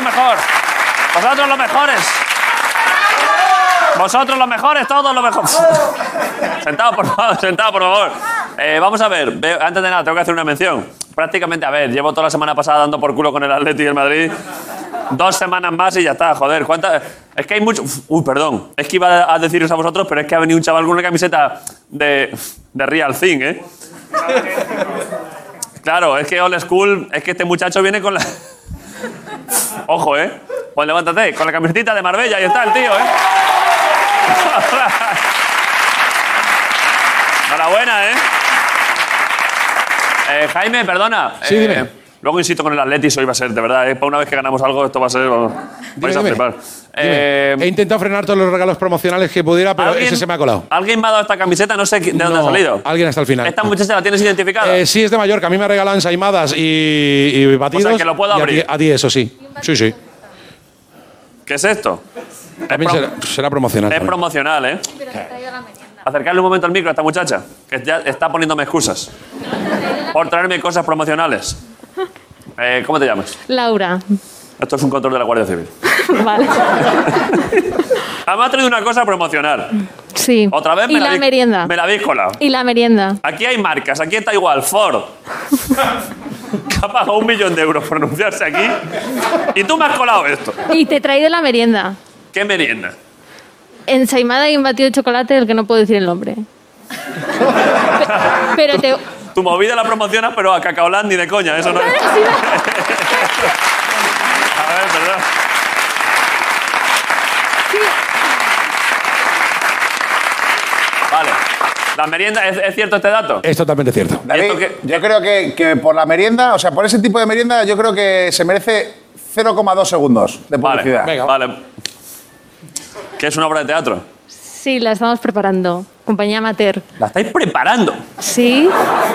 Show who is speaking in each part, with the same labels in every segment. Speaker 1: mejor. Vosotros los mejores. Vosotros los mejores, todos los mejores. sentado, por favor, sentado, por favor. Eh, vamos a ver, ve- antes de nada, tengo que hacer una mención. Prácticamente, a ver, llevo toda la semana pasada dando por culo con el Atleti y el Madrid. Dos semanas más y ya está, joder. ¿cuántas? Es que hay mucho. Uf, Uy, perdón. Es que iba a deciros a vosotros, pero es que ha venido un chaval con una camiseta de, de Real Thing, ¿eh? Claro, es que Old School, es que este muchacho viene con la. Ojo, ¿eh? Pues levántate, con la camiseta de Marbella, ahí está el tío, ¿eh? Enhorabuena, ¿eh? Eh, Jaime, perdona.
Speaker 2: Sí,
Speaker 1: Eh,
Speaker 2: dime.
Speaker 1: Luego insisto con el Atleti, hoy va a ser, de verdad. ¿eh? Para una vez que ganamos algo, esto va a ser. vamos, vais a
Speaker 2: dime.
Speaker 1: flipar.
Speaker 2: Dime,
Speaker 1: Eh,
Speaker 2: He intentado frenar todos los regalos promocionales que pudiera, pero
Speaker 1: ¿alguien-
Speaker 2: ese se me ha colado.
Speaker 1: Alguien me ha dado esta camiseta, no sé qui- de dónde ha
Speaker 2: No,
Speaker 1: salido.
Speaker 2: alguien hasta el final.
Speaker 1: ¿Esta muchacha la tienes identificada?
Speaker 2: Eh, sí, es de Mallorca. A mí me regalan saimadas y, y batidos.
Speaker 1: que lo puedo
Speaker 2: y a ti-
Speaker 1: abrir.
Speaker 2: A ti, eso sí. Sí, sí.
Speaker 1: ¿Qué es esto?
Speaker 2: También
Speaker 1: pro-
Speaker 2: será, será promocional.
Speaker 1: Es
Speaker 2: también.
Speaker 1: promocional, ¿eh?
Speaker 3: Pero te traigo la merienda.
Speaker 1: Acercarle un momento al micro a esta muchacha, que ya está poniéndome excusas por traerme cosas promocionales. Eh, ¿Cómo te llamas?
Speaker 4: Laura.
Speaker 1: Esto es un control de la Guardia Civil.
Speaker 4: vale.
Speaker 1: Además, ha traído una cosa promocional.
Speaker 4: Sí.
Speaker 1: Otra vez me
Speaker 4: Y la
Speaker 1: habéis-
Speaker 4: merienda.
Speaker 1: Me la habéis colado.
Speaker 4: Y la merienda.
Speaker 1: Aquí hay marcas, aquí está igual, Ford. que ha pagado un millón de euros por anunciarse aquí. Y tú me has colado esto.
Speaker 4: Y te he traído la merienda.
Speaker 1: ¿Qué merienda?
Speaker 4: Ensaimada y un batido de chocolate del que no puedo decir el nombre. Pe- pero te...
Speaker 1: Tu movida la promocionas, pero a Cacaoland ni de coña, eso no es.
Speaker 4: Pero si va-
Speaker 1: A ver, perdón. Vale. La merienda, ¿es, es cierto este dato?
Speaker 2: Es totalmente cierto.
Speaker 1: ¿Y
Speaker 5: David,
Speaker 1: esto qué-
Speaker 5: yo creo que, que por la merienda, o sea, por ese tipo de merienda, yo creo que se merece 0,2 segundos de publicidad.
Speaker 1: Vale. Vale. ¿Qué es una obra de teatro?
Speaker 4: Sí, la estamos preparando. Compañía amateur.
Speaker 1: La estáis preparando.
Speaker 4: Sí.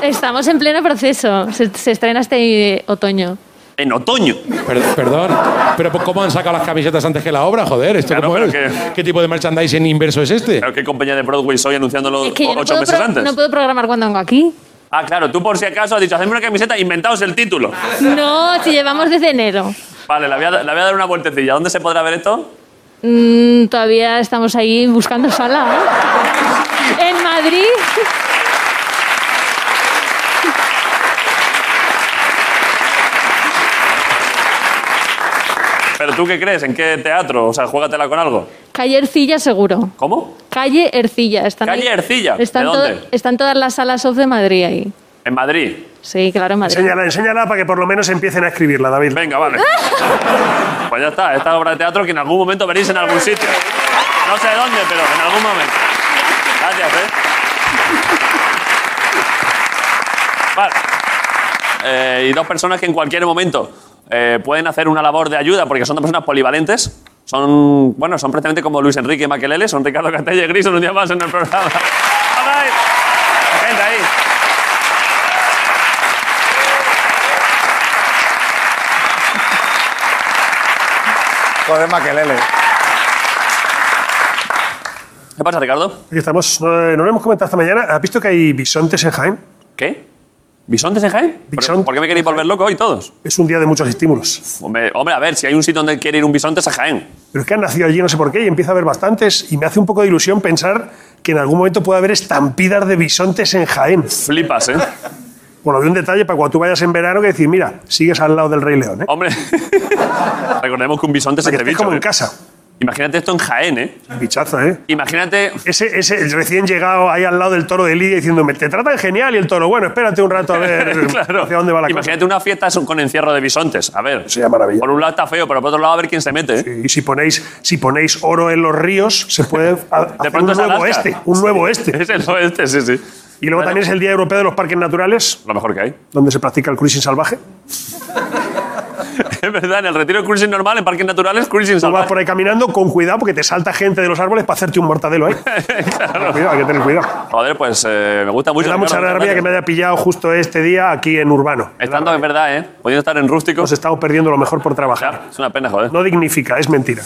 Speaker 4: Estamos en pleno proceso. Se, se estrena este otoño.
Speaker 1: En otoño.
Speaker 2: Per- perdón. Pero pues, ¿cómo han sacado las camisetas antes que la obra? Joder, ¿esto
Speaker 1: Claro,
Speaker 2: cómo
Speaker 1: pero
Speaker 2: es?
Speaker 1: que-
Speaker 2: ¿Qué tipo de merchandising inverso es este?
Speaker 1: Claro, ¿qué compañía de Broadway soy anunciándolo
Speaker 4: Es que yo no
Speaker 1: ocho
Speaker 4: puedo,
Speaker 1: meses
Speaker 4: pro-
Speaker 1: antes?
Speaker 4: no puedo programar cuando vengo aquí.
Speaker 1: Ah, claro, tú por si acaso has dicho, hacedme una camiseta, inventaos el título.
Speaker 4: No, si llevamos desde enero.
Speaker 1: Vale, la voy a, da- la voy a dar una vueltecilla. ¿Dónde se podrá ver esto?
Speaker 4: Mm, todavía estamos ahí buscando sala. ¿eh? En Madrid.
Speaker 1: ¿Pero tú qué crees? ¿En qué teatro? O sea, juégatela con algo.
Speaker 4: Calle Ercilla seguro.
Speaker 1: ¿Cómo?
Speaker 4: Calle Ercilla. Están ahí-
Speaker 1: Calle Ercilla, ¿de
Speaker 4: Están,
Speaker 1: dónde?
Speaker 4: to- están todas las salas off de Madrid ahí.
Speaker 1: En Madrid.
Speaker 4: Sí, claro, en Madrid.
Speaker 6: Enséñala, enséñala para que por lo menos empiecen a escribirla, David.
Speaker 1: Venga, vale. Pues ya está, esta obra de teatro que en algún momento veréis en algún sitio. No sé dónde, pero en algún momento. Gracias, ¿eh? Vale. Eh, y dos personas que en cualquier momento eh, pueden hacer una labor de ayuda porque son dos personas polivalentes. Son, bueno, son prácticamente como Luis Enrique y Maquelele, son Ricardo Castella y Gris, un día más en el programa. All right. Gente ahí.
Speaker 5: Joder, Maquelele.
Speaker 1: ¿Qué pasa, Ricardo?
Speaker 6: Aquí estamos. No, no lo hemos comentado esta mañana. ¿Has visto que hay bisontes en Jaén?
Speaker 1: ¿Qué? ¿Bisontes en Jaén? ¿Por-
Speaker 6: Bisontes.
Speaker 1: ¿Por qué me queréis volver loco hoy todos?
Speaker 6: Es un día de muchos estímulos.
Speaker 1: Hombre, hombre, a ver, si hay un sitio donde quiere ir un bisonte es a Jaén.
Speaker 6: Pero es que han nacido allí, no sé por qué, y empieza a haber bastantes. Y me hace un poco de ilusión pensar que en algún momento puede haber estampidas de bisontes en Jaén.
Speaker 1: Flipas, ¿eh?
Speaker 6: Bueno, de un detalle para cuando tú vayas en verano que decir, mira, sigues al lado del Rey León, ¿eh?
Speaker 1: Hombre, recordemos que un bisonte es
Speaker 6: Para que
Speaker 1: este
Speaker 6: estés
Speaker 1: bicho.
Speaker 6: como en
Speaker 1: ¿eh?
Speaker 6: casa.
Speaker 1: Imagínate esto en Jaén, ¿eh?
Speaker 6: Bichazo, ¿eh?
Speaker 1: Imagínate...
Speaker 6: Ese, ese el recién llegado ahí al lado del toro de Lidia diciéndome, te tratan genial y el toro, bueno, espérate un rato a ver
Speaker 1: claro.
Speaker 6: Eh, hacia dónde va la
Speaker 1: Imagínate una fiesta con encierro de bisontes. A ver,
Speaker 6: cosa. Sería maravilla.
Speaker 1: por un lado está feo, pero por otro lado a ver quién se mete, ¿eh?
Speaker 6: Y si ponéis, si ponéis oro en los ríos, se puede ha- hacer un
Speaker 1: pronto es
Speaker 6: nuevo
Speaker 1: Alaska.
Speaker 6: este. Un nuevo este.
Speaker 1: Es el oeste, sí, sí.
Speaker 6: Y luego también es el Día Europeo de los Parques Naturales,
Speaker 1: Lo mejor que hay.
Speaker 6: donde se practica el cruising salvaje.
Speaker 1: Es verdad, en el retiro cruising normal, en parques naturales,
Speaker 6: Tú
Speaker 1: cruising
Speaker 6: vas
Speaker 1: salvaje.
Speaker 6: por ahí caminando con cuidado porque te salta gente de los árboles para hacerte un mortadelo ahí.
Speaker 1: Claro.
Speaker 6: Cuidado, hay que tener cuidado.
Speaker 1: Joder, pues eh, me gusta mucho.
Speaker 6: Me da mucha
Speaker 1: Ricardo,
Speaker 6: rabia que me
Speaker 1: gracias.
Speaker 6: haya pillado justo este día aquí en Urbano.
Speaker 1: Estando, es verdad, ¿eh? Pudiendo estar en rústico.
Speaker 6: Nos estamos perdiendo lo mejor por trabajar.
Speaker 1: Ya, Es una pena, joder.
Speaker 6: No dignifica, es mentira.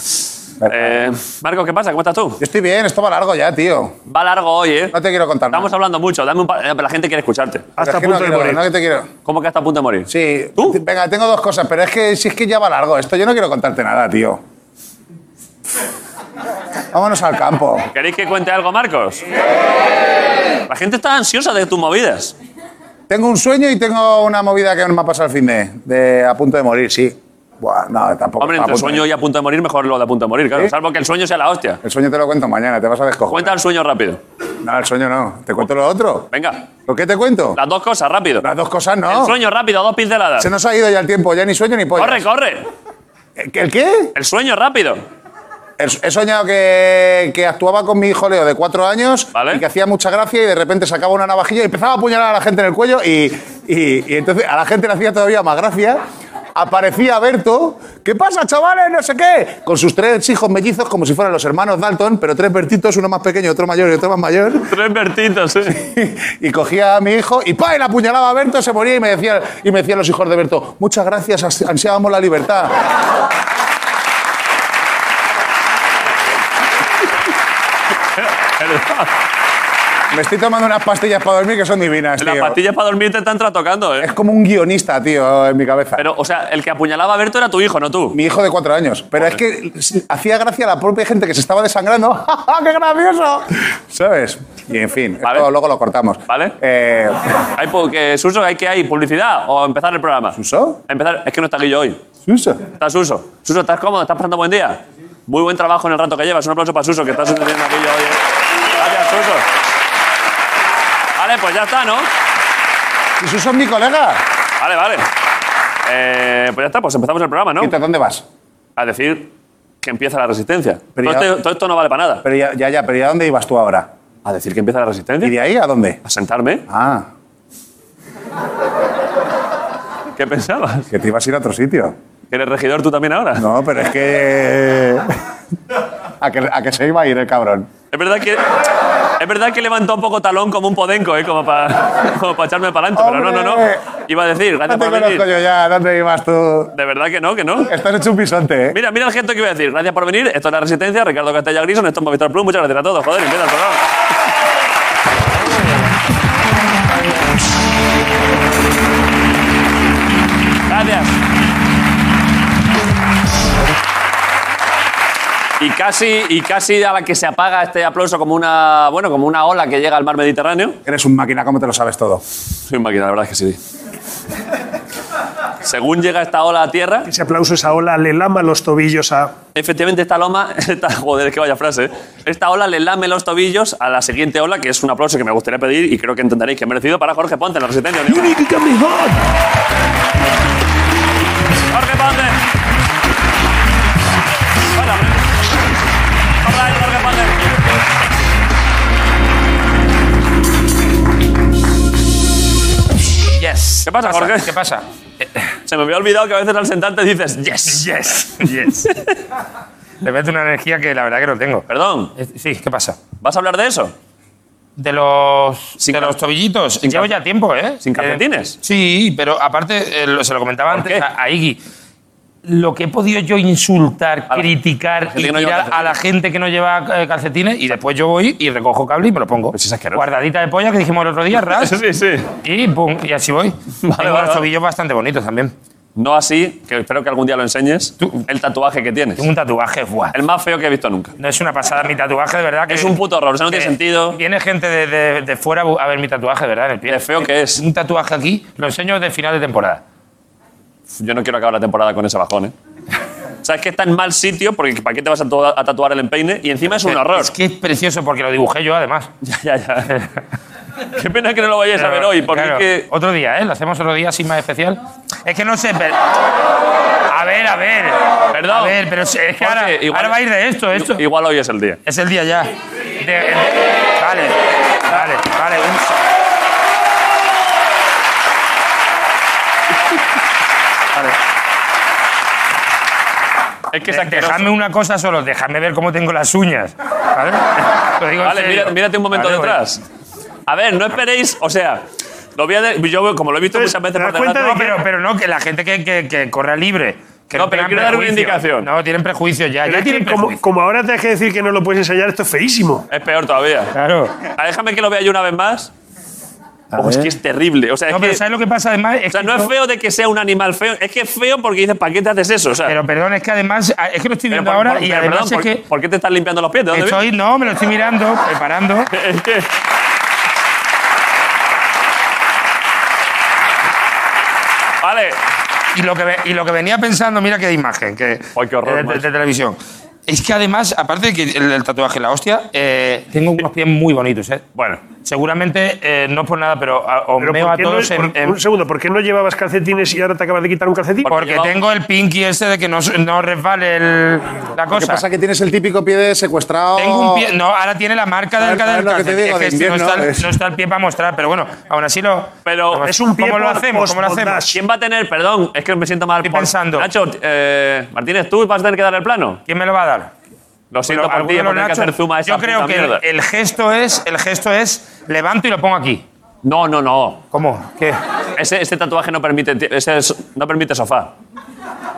Speaker 1: Eh, Marco, ¿qué pasa? ¿Cómo estás tú?
Speaker 5: Yo estoy bien, esto va largo ya, tío.
Speaker 1: Va largo hoy, ¿eh?
Speaker 5: No te quiero contar nada.
Speaker 1: Estamos hablando mucho. Dame un pa- eh, La gente quiere escucharte.
Speaker 5: Pero
Speaker 6: Hasta
Speaker 5: es que
Speaker 6: punto
Speaker 5: no
Speaker 6: de
Speaker 5: quiero,
Speaker 6: morir.
Speaker 5: No que te quiero.
Speaker 1: ¿Cómo que hasta a punto de morir?
Speaker 5: Sí.
Speaker 1: ¿Tú?
Speaker 5: Venga, tengo dos cosas, pero es que si es que ya va largo esto, yo no quiero contarte nada, tío. Vámonos al campo.
Speaker 1: ¿Queréis que cuente algo, Marcos? La gente está ansiosa de tus movidas.
Speaker 5: Tengo un sueño y tengo una movida que me ha pasado el fin de, de a punto de morir, sí. Buah, no, tampoco.
Speaker 1: Hombre,
Speaker 5: a
Speaker 1: entre
Speaker 5: punto de-
Speaker 1: sueño y a punto de morir, mejor lo de a punto de morir, claro.
Speaker 5: ¿Sí?
Speaker 1: Salvo que el sueño sea la hostia.
Speaker 5: El sueño te lo cuento mañana, te vas a descojonar.
Speaker 1: Cuenta el sueño rápido.
Speaker 5: No, el sueño no. Te cuento lo otro.
Speaker 1: Venga,
Speaker 5: ¿Por qué te cuento?
Speaker 1: las dos cosas, rápido.
Speaker 5: Las dos cosas
Speaker 1: El
Speaker 5: no.
Speaker 1: sueño rápido, dos pinceladas.
Speaker 5: Oh. Se nos ha ido ya el tiempo, ya ni sueño ni pollo.
Speaker 1: Corre, corre.
Speaker 5: ¿El qué?
Speaker 1: El sueño rápido.
Speaker 5: He he soñado que, que actuaba con mi hijo Leo de cuatro años
Speaker 1: Vale.
Speaker 5: y que hacía mucha gracia y de repente sacaba una navajilla y empezaba a apuñalar a la gente en el cuello y, y- y entonces a la gente le hacía todavía más gracia. Aparecía Berto, ¿qué pasa chavales? No sé qué, con sus tres hijos mellizos como si fueran los hermanos Dalton, pero tres Bertitos, uno más pequeño, otro mayor y otro más mayor.
Speaker 1: Tres vertitos, ¿eh?
Speaker 5: Y cogía a mi hijo y ¡pa! Y la apuñalaba a Berto, se moría y me decían y me decían los hijos de Berto, muchas gracias, ans- ansiábamos la libertad. me estoy tomando unas pastillas para dormir que son divinas,
Speaker 1: Las
Speaker 5: tío.
Speaker 1: pastillas para dormir te están tratocando, ¿eh?
Speaker 5: Es como un guionista, tío, en mi cabeza.
Speaker 1: Pero, o sea, el que apuñalaba a Berto era tu hijo, no tú.
Speaker 5: mi hijo de cuatro años. Pero es que s- hacía gracia a la propia gente que se estaba desangrando. ¡Ja, ja, qué gracioso! ¿Sabes? Y en fin,
Speaker 1: Vale.
Speaker 5: esto luego lo cortamos.
Speaker 1: Vale.
Speaker 5: Eh,
Speaker 1: Hay pu- que, Suso, hay que hay publicidad o empezar el programa.
Speaker 5: ¿Suso?
Speaker 1: Empezar, es que no está Guillo hoy.
Speaker 5: ¿Suso?
Speaker 1: Está Suso. Suso, ¿estás cómodo? ¿Estás pasando buen día? Muy buen trabajo en el rato que llevas. Un aplauso para Suso, que está sucediendo aquí hoy. ¿eh? Gracias, Suso. Vale, pues ya está, ¿no?
Speaker 5: ¿Y Suso es mi colega?
Speaker 1: Vale, vale. Eh, pues ya está, pues empezamos el programa, ¿no?
Speaker 5: Quito, ¿dónde vas?
Speaker 1: A decir que empieza la resistencia.
Speaker 5: Pero
Speaker 1: todo,
Speaker 5: ya-
Speaker 1: este- todo esto no vale para nada.
Speaker 5: Pero ya, ya, ya, pero ¿y a dónde ibas tú ahora?
Speaker 1: A decir que empieza la
Speaker 5: ¿Y
Speaker 1: resistencia.
Speaker 5: de ahí a dónde?
Speaker 1: A sentarme.
Speaker 5: Ah,
Speaker 1: ¿Qué pensabas?
Speaker 5: que te ibas a ir a otro sitio.
Speaker 1: ¿Que ¿Eres regidor tú también ahora?
Speaker 5: No, pero es que... eh, a que... A que se iba a ir el cabrón.
Speaker 1: Es verdad que. Es verdad que levantó un poco talón como un podenco, ¿eh? como para echarme para adelante, pero no, no, no.
Speaker 5: ¡Hombre!
Speaker 1: Iba a decir, gracias
Speaker 5: No te
Speaker 1: por venir.
Speaker 5: conozco yo ya, ¿dónde ibas tú?
Speaker 1: De verdad que no, que no.
Speaker 5: Estás hecho un bisonte, ¿eh?
Speaker 1: Mira, mira el gesto que iba a decir. Gracias por venir. Esto es La Resistencia. Ricardo Castella Grison. Esto es Movistar Plus. Muchas gracias a todos. Joder, empieza el programa. Gracias. Y casi, y casi a la que se apaga este aplauso como una, bueno, como una ola que llega al mar Mediterráneo.
Speaker 5: Eres un máquina, ¿cómo te lo sabes todo?
Speaker 1: Soy un máquina, la verdad es que sí. Según llega esta ola a tierra,
Speaker 6: Ese aplauso, esa ola, le lama los tobillos a.
Speaker 1: Efectivamente, esta loma, esta, joder, que vaya frase. ¿eh? Esta ola le lame los tobillos a la siguiente ola, que es un aplauso que me gustaría pedir y creo que entenderéis que es merecido para Jorge Ponce en la Resistencia. Jorge Ponce. Hola, hombre. Hola, Jorge Ponce.
Speaker 3: Yes.
Speaker 1: ¿Qué pasa, Jorge?
Speaker 3: ¿Qué pasa? Eh,
Speaker 1: Se me había olvidado que a veces al sentarte dices yes.
Speaker 3: Yes, yes. Le meto una energía que la verdad que no tengo.
Speaker 1: Perdón,
Speaker 3: Eh, Sí, ¿qué pasa?
Speaker 1: ¿vas a hablar de eso?
Speaker 3: De los,
Speaker 1: Sin
Speaker 3: de
Speaker 1: cal-
Speaker 3: los tobillitos.
Speaker 1: sin
Speaker 3: Llevo
Speaker 1: cal-
Speaker 3: ya tiempo, ¿eh?
Speaker 1: ¿Sin
Speaker 3: Eh,
Speaker 1: calcetines?
Speaker 3: sí, pero aparte, eh, lo- se lo comentaba
Speaker 1: ¿Por
Speaker 3: antes
Speaker 1: qué?
Speaker 3: a, a Iggy. Lo que he podido yo insultar,
Speaker 1: A la-
Speaker 3: criticar
Speaker 1: la gente
Speaker 3: y
Speaker 1: que no lleva
Speaker 3: tirar a la gente que no lleva eh, calcetines, y después yo voy y recojo cable y me lo pongo.
Speaker 1: Pues es asqueroso.
Speaker 3: Guardadita de polla que dijimos el otro día, ras,
Speaker 1: Sí, sí.
Speaker 3: y pum, y así voy.
Speaker 1: Vale,
Speaker 3: Tengo
Speaker 1: vale,
Speaker 3: los
Speaker 1: vale.
Speaker 3: tobillos bastante bonitos también.
Speaker 1: No así, que espero que algún día lo enseñes,
Speaker 3: Tú-
Speaker 1: el tatuaje que tienes.
Speaker 3: Tengo un tatuaje, buah.
Speaker 1: El más feo que he visto nunca.
Speaker 3: No es una pasada mi tatuaje, de verdad. Que
Speaker 1: Es un puto horror, o sea, no tiene
Speaker 3: que
Speaker 1: sentido.
Speaker 3: Viene Eh, gente de, de- de fuera a ver mi tatuaje, de verdad, en el pie.
Speaker 1: Qué feo que es.
Speaker 3: Un tatuaje aquí, lo enseño de final de temporada.
Speaker 1: Yo no quiero acabar la temporada con ese bajón, ¿eh? O sea, es que está en mal sitio porque ¿para qué te vas a, to- a tatuar el empeine? Y encima es un horror.
Speaker 3: Es que es precioso porque lo dibujé yo, además.
Speaker 1: Ya, ya, ya. Qué pena que no lo vayáis a ver hoy, porque
Speaker 3: Claro,
Speaker 1: es que...
Speaker 3: Otro día, ¿eh? Lo hacemos otro día así más especial. Es que no sé, pero... A ver, a ver.
Speaker 1: Perdón.
Speaker 3: A ver, pero es que
Speaker 1: Jorge,
Speaker 3: ahora, ahora va a ir de esto, esto.
Speaker 1: Igual hoy es el día.
Speaker 3: Es el día ya. De- de- vale, vale, vale. un so-
Speaker 1: Es que es
Speaker 3: de-
Speaker 1: asqueroso.
Speaker 3: dejadme una cosa solo, dejadme ver cómo tengo las uñas. ¿Vale? Lo digo en
Speaker 1: Vale,
Speaker 3: serio.
Speaker 1: mira- mírate un momento
Speaker 3: Vale, voy.
Speaker 1: detrás. A ver, no esperéis... O sea, lo voy a de- yo como lo he visto
Speaker 6: Entonces,
Speaker 1: muchas veces
Speaker 6: ¿te
Speaker 1: por
Speaker 6: das cuenta
Speaker 1: delante...
Speaker 3: No, pero, pero no, que la gente que, que- que corra libre, que
Speaker 1: No, pero
Speaker 3: tengan
Speaker 1: quiero dar una
Speaker 3: prejuicios.
Speaker 1: indicación.
Speaker 3: No, tienen prejuicios ya.
Speaker 6: Pero
Speaker 3: ya
Speaker 6: es que
Speaker 3: tienen
Speaker 6: como,
Speaker 3: prejuicios.
Speaker 6: como ahora te has que decir que no lo puedes ensayar, esto es feísimo.
Speaker 1: Es peor todavía.
Speaker 3: Claro.
Speaker 1: Ah, déjame que lo vea yo una vez más. Ojo, es que es terrible. O sea, es
Speaker 3: No, pero
Speaker 1: que-
Speaker 3: ¿sabes lo que pasa además? Es
Speaker 1: o sea,
Speaker 3: que
Speaker 1: no es
Speaker 3: yo-
Speaker 1: feo de que sea un animal feo. Es que es feo porque dices, ¿para qué te haces eso? O sea,
Speaker 3: Pero perdón, es que además. ah, Es que lo estoy
Speaker 1: pero
Speaker 3: viendo
Speaker 1: por-
Speaker 3: ahora
Speaker 1: por-
Speaker 3: y
Speaker 1: pero
Speaker 3: además
Speaker 1: perdón,
Speaker 3: es
Speaker 1: ¿por, por qué te estás limpiando los pies? ¿De
Speaker 3: que.
Speaker 1: dónde
Speaker 3: Estoy, no, me lo estoy mirando, preparando.
Speaker 1: vienes? Es que- Vale.
Speaker 3: Y lo, que, ve- y lo que venía pensando, mira qué imagen, que
Speaker 1: Ay, qué horror,
Speaker 3: de, de-
Speaker 1: macho.
Speaker 3: de televisión. Es que además, aparte de que el, el tatuaje la hostia, eh, tengo unos pies muy bonitos, ¿eh?
Speaker 1: Bueno.
Speaker 3: Seguramente, eh, no es por nada, pero a- os
Speaker 6: Pero
Speaker 3: veo
Speaker 6: ¿por
Speaker 3: a
Speaker 6: qué no-
Speaker 3: todos en-
Speaker 6: por-
Speaker 3: en-
Speaker 6: Un segundo, ¿por qué no llevabas calcetines y ahora te acabas de quitar un calcetín?
Speaker 1: Por-
Speaker 3: Porque
Speaker 1: Llevaba-
Speaker 3: tengo el pinky este de que no, s- no resbale el- la
Speaker 5: Lo que
Speaker 3: cosa.
Speaker 5: pasa es que tienes el típico pie de secuestrado.
Speaker 3: Tengo un pie. No, ahora tiene la marca del
Speaker 5: ¿Sabes-
Speaker 3: cadera.
Speaker 5: sabes lo que te digo? De
Speaker 3: no,
Speaker 5: invierno,
Speaker 3: está, el-
Speaker 5: es-
Speaker 3: no está el pie para mostrar, pero bueno, aún así lo.
Speaker 1: Pero
Speaker 3: vamos,
Speaker 6: es un pie
Speaker 3: ¿Cómo lo
Speaker 6: por
Speaker 3: hacemos? ¿Cómo lo hacemos?
Speaker 6: postmodal.
Speaker 1: ¿Quién va a tener, perdón, es que me siento mal.
Speaker 3: Estoy
Speaker 1: por-
Speaker 3: pensando.
Speaker 1: Nacho, eh, Martínez, ¿tú vas a tener que dar el plano?
Speaker 3: ¿Quién me lo va a dar?
Speaker 1: Lo siento
Speaker 3: Bueno,
Speaker 1: por ti,
Speaker 3: alguno
Speaker 1: por
Speaker 3: lo
Speaker 1: tener que
Speaker 3: Nacho.
Speaker 1: hacer zoom a esa
Speaker 3: Yo creo
Speaker 1: puta
Speaker 3: que el,
Speaker 1: mierda.
Speaker 3: el gesto es, el gesto es levanto y lo pongo aquí.
Speaker 1: No, no, no.
Speaker 3: ¿Cómo? ¿Qué? Ah,
Speaker 1: Ese, ese tatuaje no permite, ese es- no permite sofá.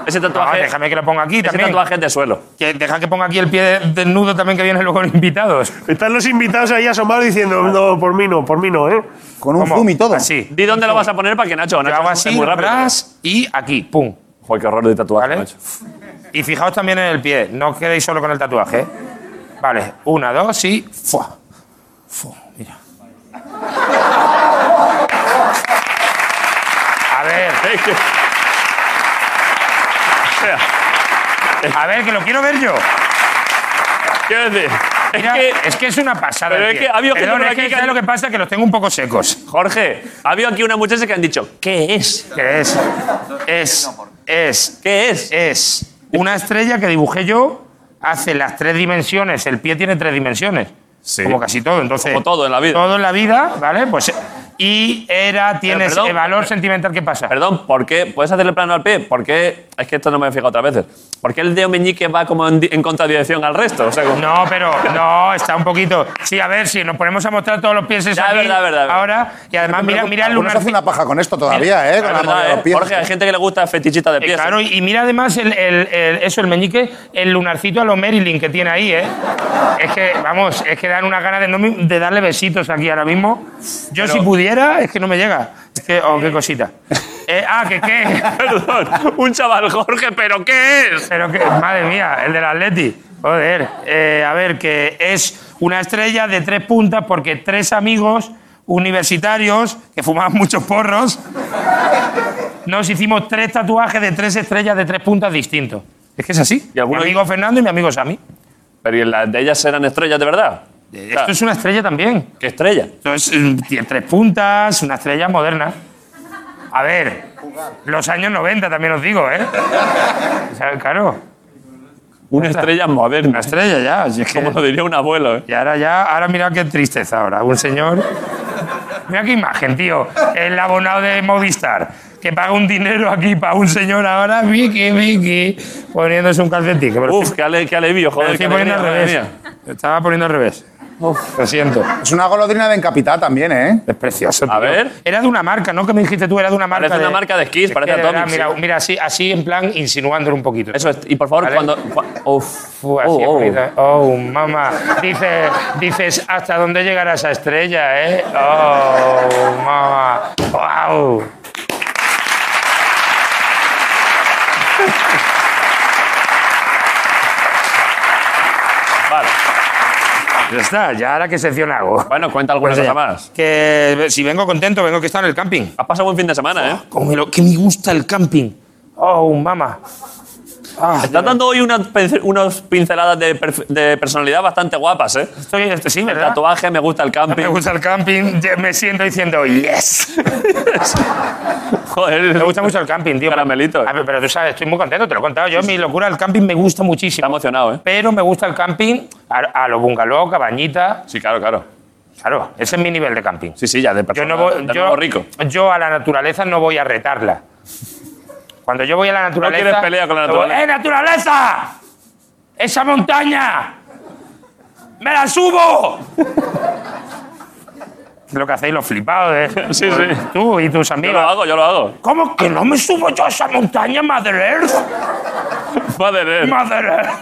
Speaker 1: Ese
Speaker 3: Ah,
Speaker 1: tatuaje,
Speaker 3: déjame que lo ponga aquí
Speaker 1: ese
Speaker 3: también.
Speaker 1: tatuaje es de suelo.
Speaker 3: Que deja que ponga aquí el pie de- desnudo también que vienen luego los invitados.
Speaker 6: Están los invitados ahí asomados diciendo, no, por mí no, por mí no, ¿eh?
Speaker 5: Con un
Speaker 3: ¿Cómo?
Speaker 5: zoom y todo.
Speaker 3: Así.
Speaker 1: Di dónde lo vas a poner para que Nacho,
Speaker 3: Yo
Speaker 1: Nacho
Speaker 3: hago
Speaker 1: es
Speaker 3: así,
Speaker 1: muy rápido.
Speaker 3: bras, y aquí, pum.
Speaker 1: Joder, qué horror de tatuaje,
Speaker 3: ¿Vale?
Speaker 1: Nacho.
Speaker 3: Y fijaos también en el pie, no os quedéis solo con el tatuaje. ¿eh? Vale, una, dos y. ¡Fua! ¡Fua! Mira. A ver,
Speaker 1: Es que-
Speaker 3: a ver, que lo quiero ver yo.
Speaker 1: Quiero decir, es
Speaker 3: Mira,
Speaker 1: que, eh,
Speaker 3: es que es una pasada.
Speaker 1: Pero
Speaker 3: el
Speaker 1: es
Speaker 3: pie.
Speaker 1: que ha habido gente
Speaker 3: Perdón,
Speaker 1: por
Speaker 3: es
Speaker 1: aquí
Speaker 3: que,
Speaker 1: que
Speaker 3: ¿sabes
Speaker 1: han-
Speaker 3: lo que pasa? Que los tengo un poco secos.
Speaker 1: Jorge, ha habido aquí una muchacha que han dicho, ¿qué es?
Speaker 3: Que es. Es. Es.
Speaker 1: ¿Qué es?
Speaker 3: Es una estrella que dibujé yo hace las tres dimensiones. El pie tiene tres dimensiones. Como casi todo, entonces.
Speaker 1: Como todo en la vida.
Speaker 3: Todo en la vida, ¿vale? Pues. Y era, tienes
Speaker 1: perdón,
Speaker 3: el valor
Speaker 1: pero-
Speaker 3: sentimental que pasa.
Speaker 1: Perdón, ¿por qué? ¿Puedes hacerle plano al pie? ¿Por qué? Es que esto no me he fijado otras veces. ¿Por qué el dedo meñique va como en, di- en contradirección al resto? O sea, como-
Speaker 3: No, pero no, está un poquito. Sí, a ver, si nos ponemos a mostrar todos los pies. es
Speaker 1: Ya,
Speaker 3: aquí,
Speaker 1: verdad, verdad, verdad.
Speaker 3: Ahora, y además, mira, mira el
Speaker 5: Algunos
Speaker 3: lunar.
Speaker 5: hacen una paja con esto todavía, ¿eh?
Speaker 1: Es
Speaker 5: Con la
Speaker 1: verdad,
Speaker 5: movida de
Speaker 1: ¿eh?
Speaker 5: los pies.
Speaker 1: Jorge, hay gente que le gusta fetichita de
Speaker 3: Eh,
Speaker 1: pies. ¿eh?
Speaker 3: claro, y mira además el, el- el- eso, el meñique, el lunarcito a lo Marilyn que tiene ahí, ¿eh? Es que, vamos, es que dan una gana de, no me- de darle besitos aquí ahora mismo. Yo si pudiera, es que no me llega. Es que, oh, qué cosita. Eh, ah, que qué.
Speaker 1: Perdón, un chaval, Jorge, ¿pero qué es?
Speaker 3: Pero que, madre mía, el del Atleti. Joder, Eh, a ver, que es una estrella de tres puntas porque tres amigos universitarios que fumaban muchos porros nos hicimos tres tatuajes de tres estrellas de tres puntas distintos. Es que es así.
Speaker 1: ¿Y alguno- Eh,
Speaker 3: mi amigo Fernando y mi amigo Sami.
Speaker 1: Pero ¿y las de ellas eran estrellas de verdad?
Speaker 3: Eh,
Speaker 1: O sea,
Speaker 3: Esto es una estrella también.
Speaker 1: ¿Qué estrella?
Speaker 3: Esto es eh, tiene tres puntas, una estrella moderna. A ver, los años 90 también os digo, ¿eh? O sea, claro,
Speaker 1: Una estrella moderna.
Speaker 3: una estrella ya. si es que-
Speaker 1: Como lo diría un abuelo, ¿eh?
Speaker 3: Y ahora ya, ahora mira qué tristeza ahora. Un señor. Mira qué imagen, tío. El abonado de Movistar, que paga un dinero aquí para un señor ahora, Vicky, Vicky, poniéndose un calcetín. Que me lo
Speaker 1: Uf, qué, ale- qué alivio,
Speaker 3: me lo
Speaker 1: joder.
Speaker 3: estoy
Speaker 1: qué
Speaker 3: poniendo al
Speaker 1: alegría, madre
Speaker 3: revés.
Speaker 1: mía.
Speaker 3: Estaba poniendo al revés. Lo siento.
Speaker 5: Es una golondrina de encapitada también, ¿eh?
Speaker 3: Es precioso. tío.
Speaker 1: A ver.
Speaker 3: Era de una marca, ¿no? Que me dijiste tú, era de una marca.
Speaker 1: Parece una marca de esquís, parece
Speaker 3: que de verdad,
Speaker 1: Atomic,
Speaker 3: Mira,
Speaker 1: sí.
Speaker 3: mira así, así en plan insinuándolo un poquito.
Speaker 1: Eso es. Y por favor,
Speaker 3: Vale.
Speaker 1: cuando. cua- Uf,
Speaker 3: Fu, así
Speaker 1: oh, oh.
Speaker 3: escrito. Oh, mamá. Dices, dices, ¿hasta dónde llegará esa estrella, eh? Oh, mamá. Wow.
Speaker 1: Vale.
Speaker 3: Ya está, ya ahora que sección hago.
Speaker 1: Bueno, cuenta alguna
Speaker 3: Pues ya.
Speaker 1: cosa más.
Speaker 3: Que si vengo contento, vengo que está en el camping.
Speaker 1: Has pasado buen fin de semana, ¿eh?
Speaker 3: Como me lo- que me gusta el camping. Oh, mamá. Ah,
Speaker 1: Estás dando hoy unas pince- unas pinceladas de, perf- de personalidad bastante guapas, ¿eh?
Speaker 3: estoy, estoy- sí,
Speaker 1: El
Speaker 3: ¿verdad?
Speaker 1: tatuaje, me gusta el
Speaker 3: Me
Speaker 1: camping.
Speaker 3: gusta el camping, ya me siento diciendo yes.
Speaker 1: Joder,
Speaker 3: Me gusta mucho el camping, tío.
Speaker 1: Caramelito.
Speaker 3: A ver, pero tú sabes, estoy muy contento, te lo he contado yo. Mi locura, el camping me gusta
Speaker 1: Está
Speaker 3: muchísimo.
Speaker 1: emocionado, ¿eh?
Speaker 3: Pero me gusta el camping a, a los bungalows, cabañitas.
Speaker 1: Sí, claro, claro.
Speaker 3: Claro, ese es mi nivel de camping.
Speaker 1: Sí, sí, ya de
Speaker 3: Yo,
Speaker 1: persona.
Speaker 3: no voy,
Speaker 1: de
Speaker 3: yo,
Speaker 1: nuevo rico.
Speaker 3: yo a la naturaleza no voy a retarla. Cuando yo voy a la naturaleza.
Speaker 1: quieres pelea con la
Speaker 3: yo voy,
Speaker 1: naturaleza.
Speaker 3: ¡Eh, naturaleza! ¡Esa montaña! ¡Me la subo! lo que hacéis los flipados. ¿eh?
Speaker 1: Sí, sí.
Speaker 3: Tú y tus
Speaker 1: Yo lo
Speaker 3: amigos.
Speaker 1: hago, yo lo hago.
Speaker 3: ¿Cómo que no me subo yo a esa montaña, Mother Earth?
Speaker 1: Madre mía.
Speaker 3: Mother Earth.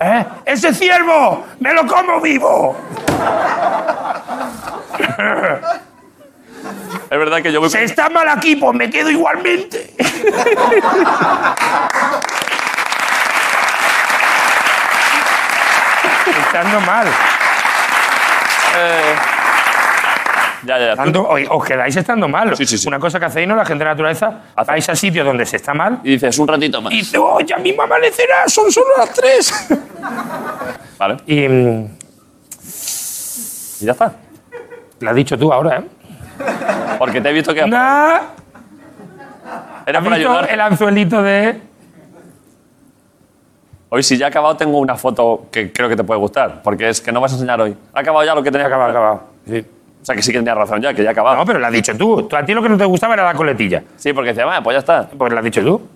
Speaker 3: ¿Eh? ¡Ese ciervo! ¡Me lo como vivo!
Speaker 1: Es verdad que yo voy.
Speaker 3: Se está mal aquí, pues me quedo igualmente. Estando mal.
Speaker 1: Ya, ya, ya.
Speaker 3: Estando- o- os quedáis estando mal.
Speaker 1: Sí, sí, sí.
Speaker 3: Una cosa que hacéis, ¿no? La gente de la naturaleza.
Speaker 1: Hace-
Speaker 3: Vais a sitios donde se está mal.
Speaker 1: Y dices, un ratito más.
Speaker 3: Y dice, oh, ya mismo amanecerá, son solo las tres.
Speaker 1: Vale.
Speaker 3: Y mm,
Speaker 1: Y ya está.
Speaker 3: lo has dicho tú ahora, ¿eh?
Speaker 1: Porque te he visto que.
Speaker 3: Nah,
Speaker 1: Era
Speaker 3: ¿Has
Speaker 1: para
Speaker 3: visto
Speaker 1: ayudar.
Speaker 3: el anzuelito de...?
Speaker 1: Hoy, si ya ha acabado, tengo una foto que creo que te puede gustar. Porque es que no vas a enseñar hoy. Ha acabado ya lo que tenía que
Speaker 3: Acabado,
Speaker 1: acabar.
Speaker 3: acabado. Sí.
Speaker 1: O sea, que sí que tenías razón ya, que ya ha acabado.
Speaker 3: No, pero lo has dicho tú. Tú- A ti lo que no te gustaba era la coletilla.
Speaker 1: Sí, porque decía, "Bueno, pues ya está.
Speaker 3: Pues lo has dicho tú.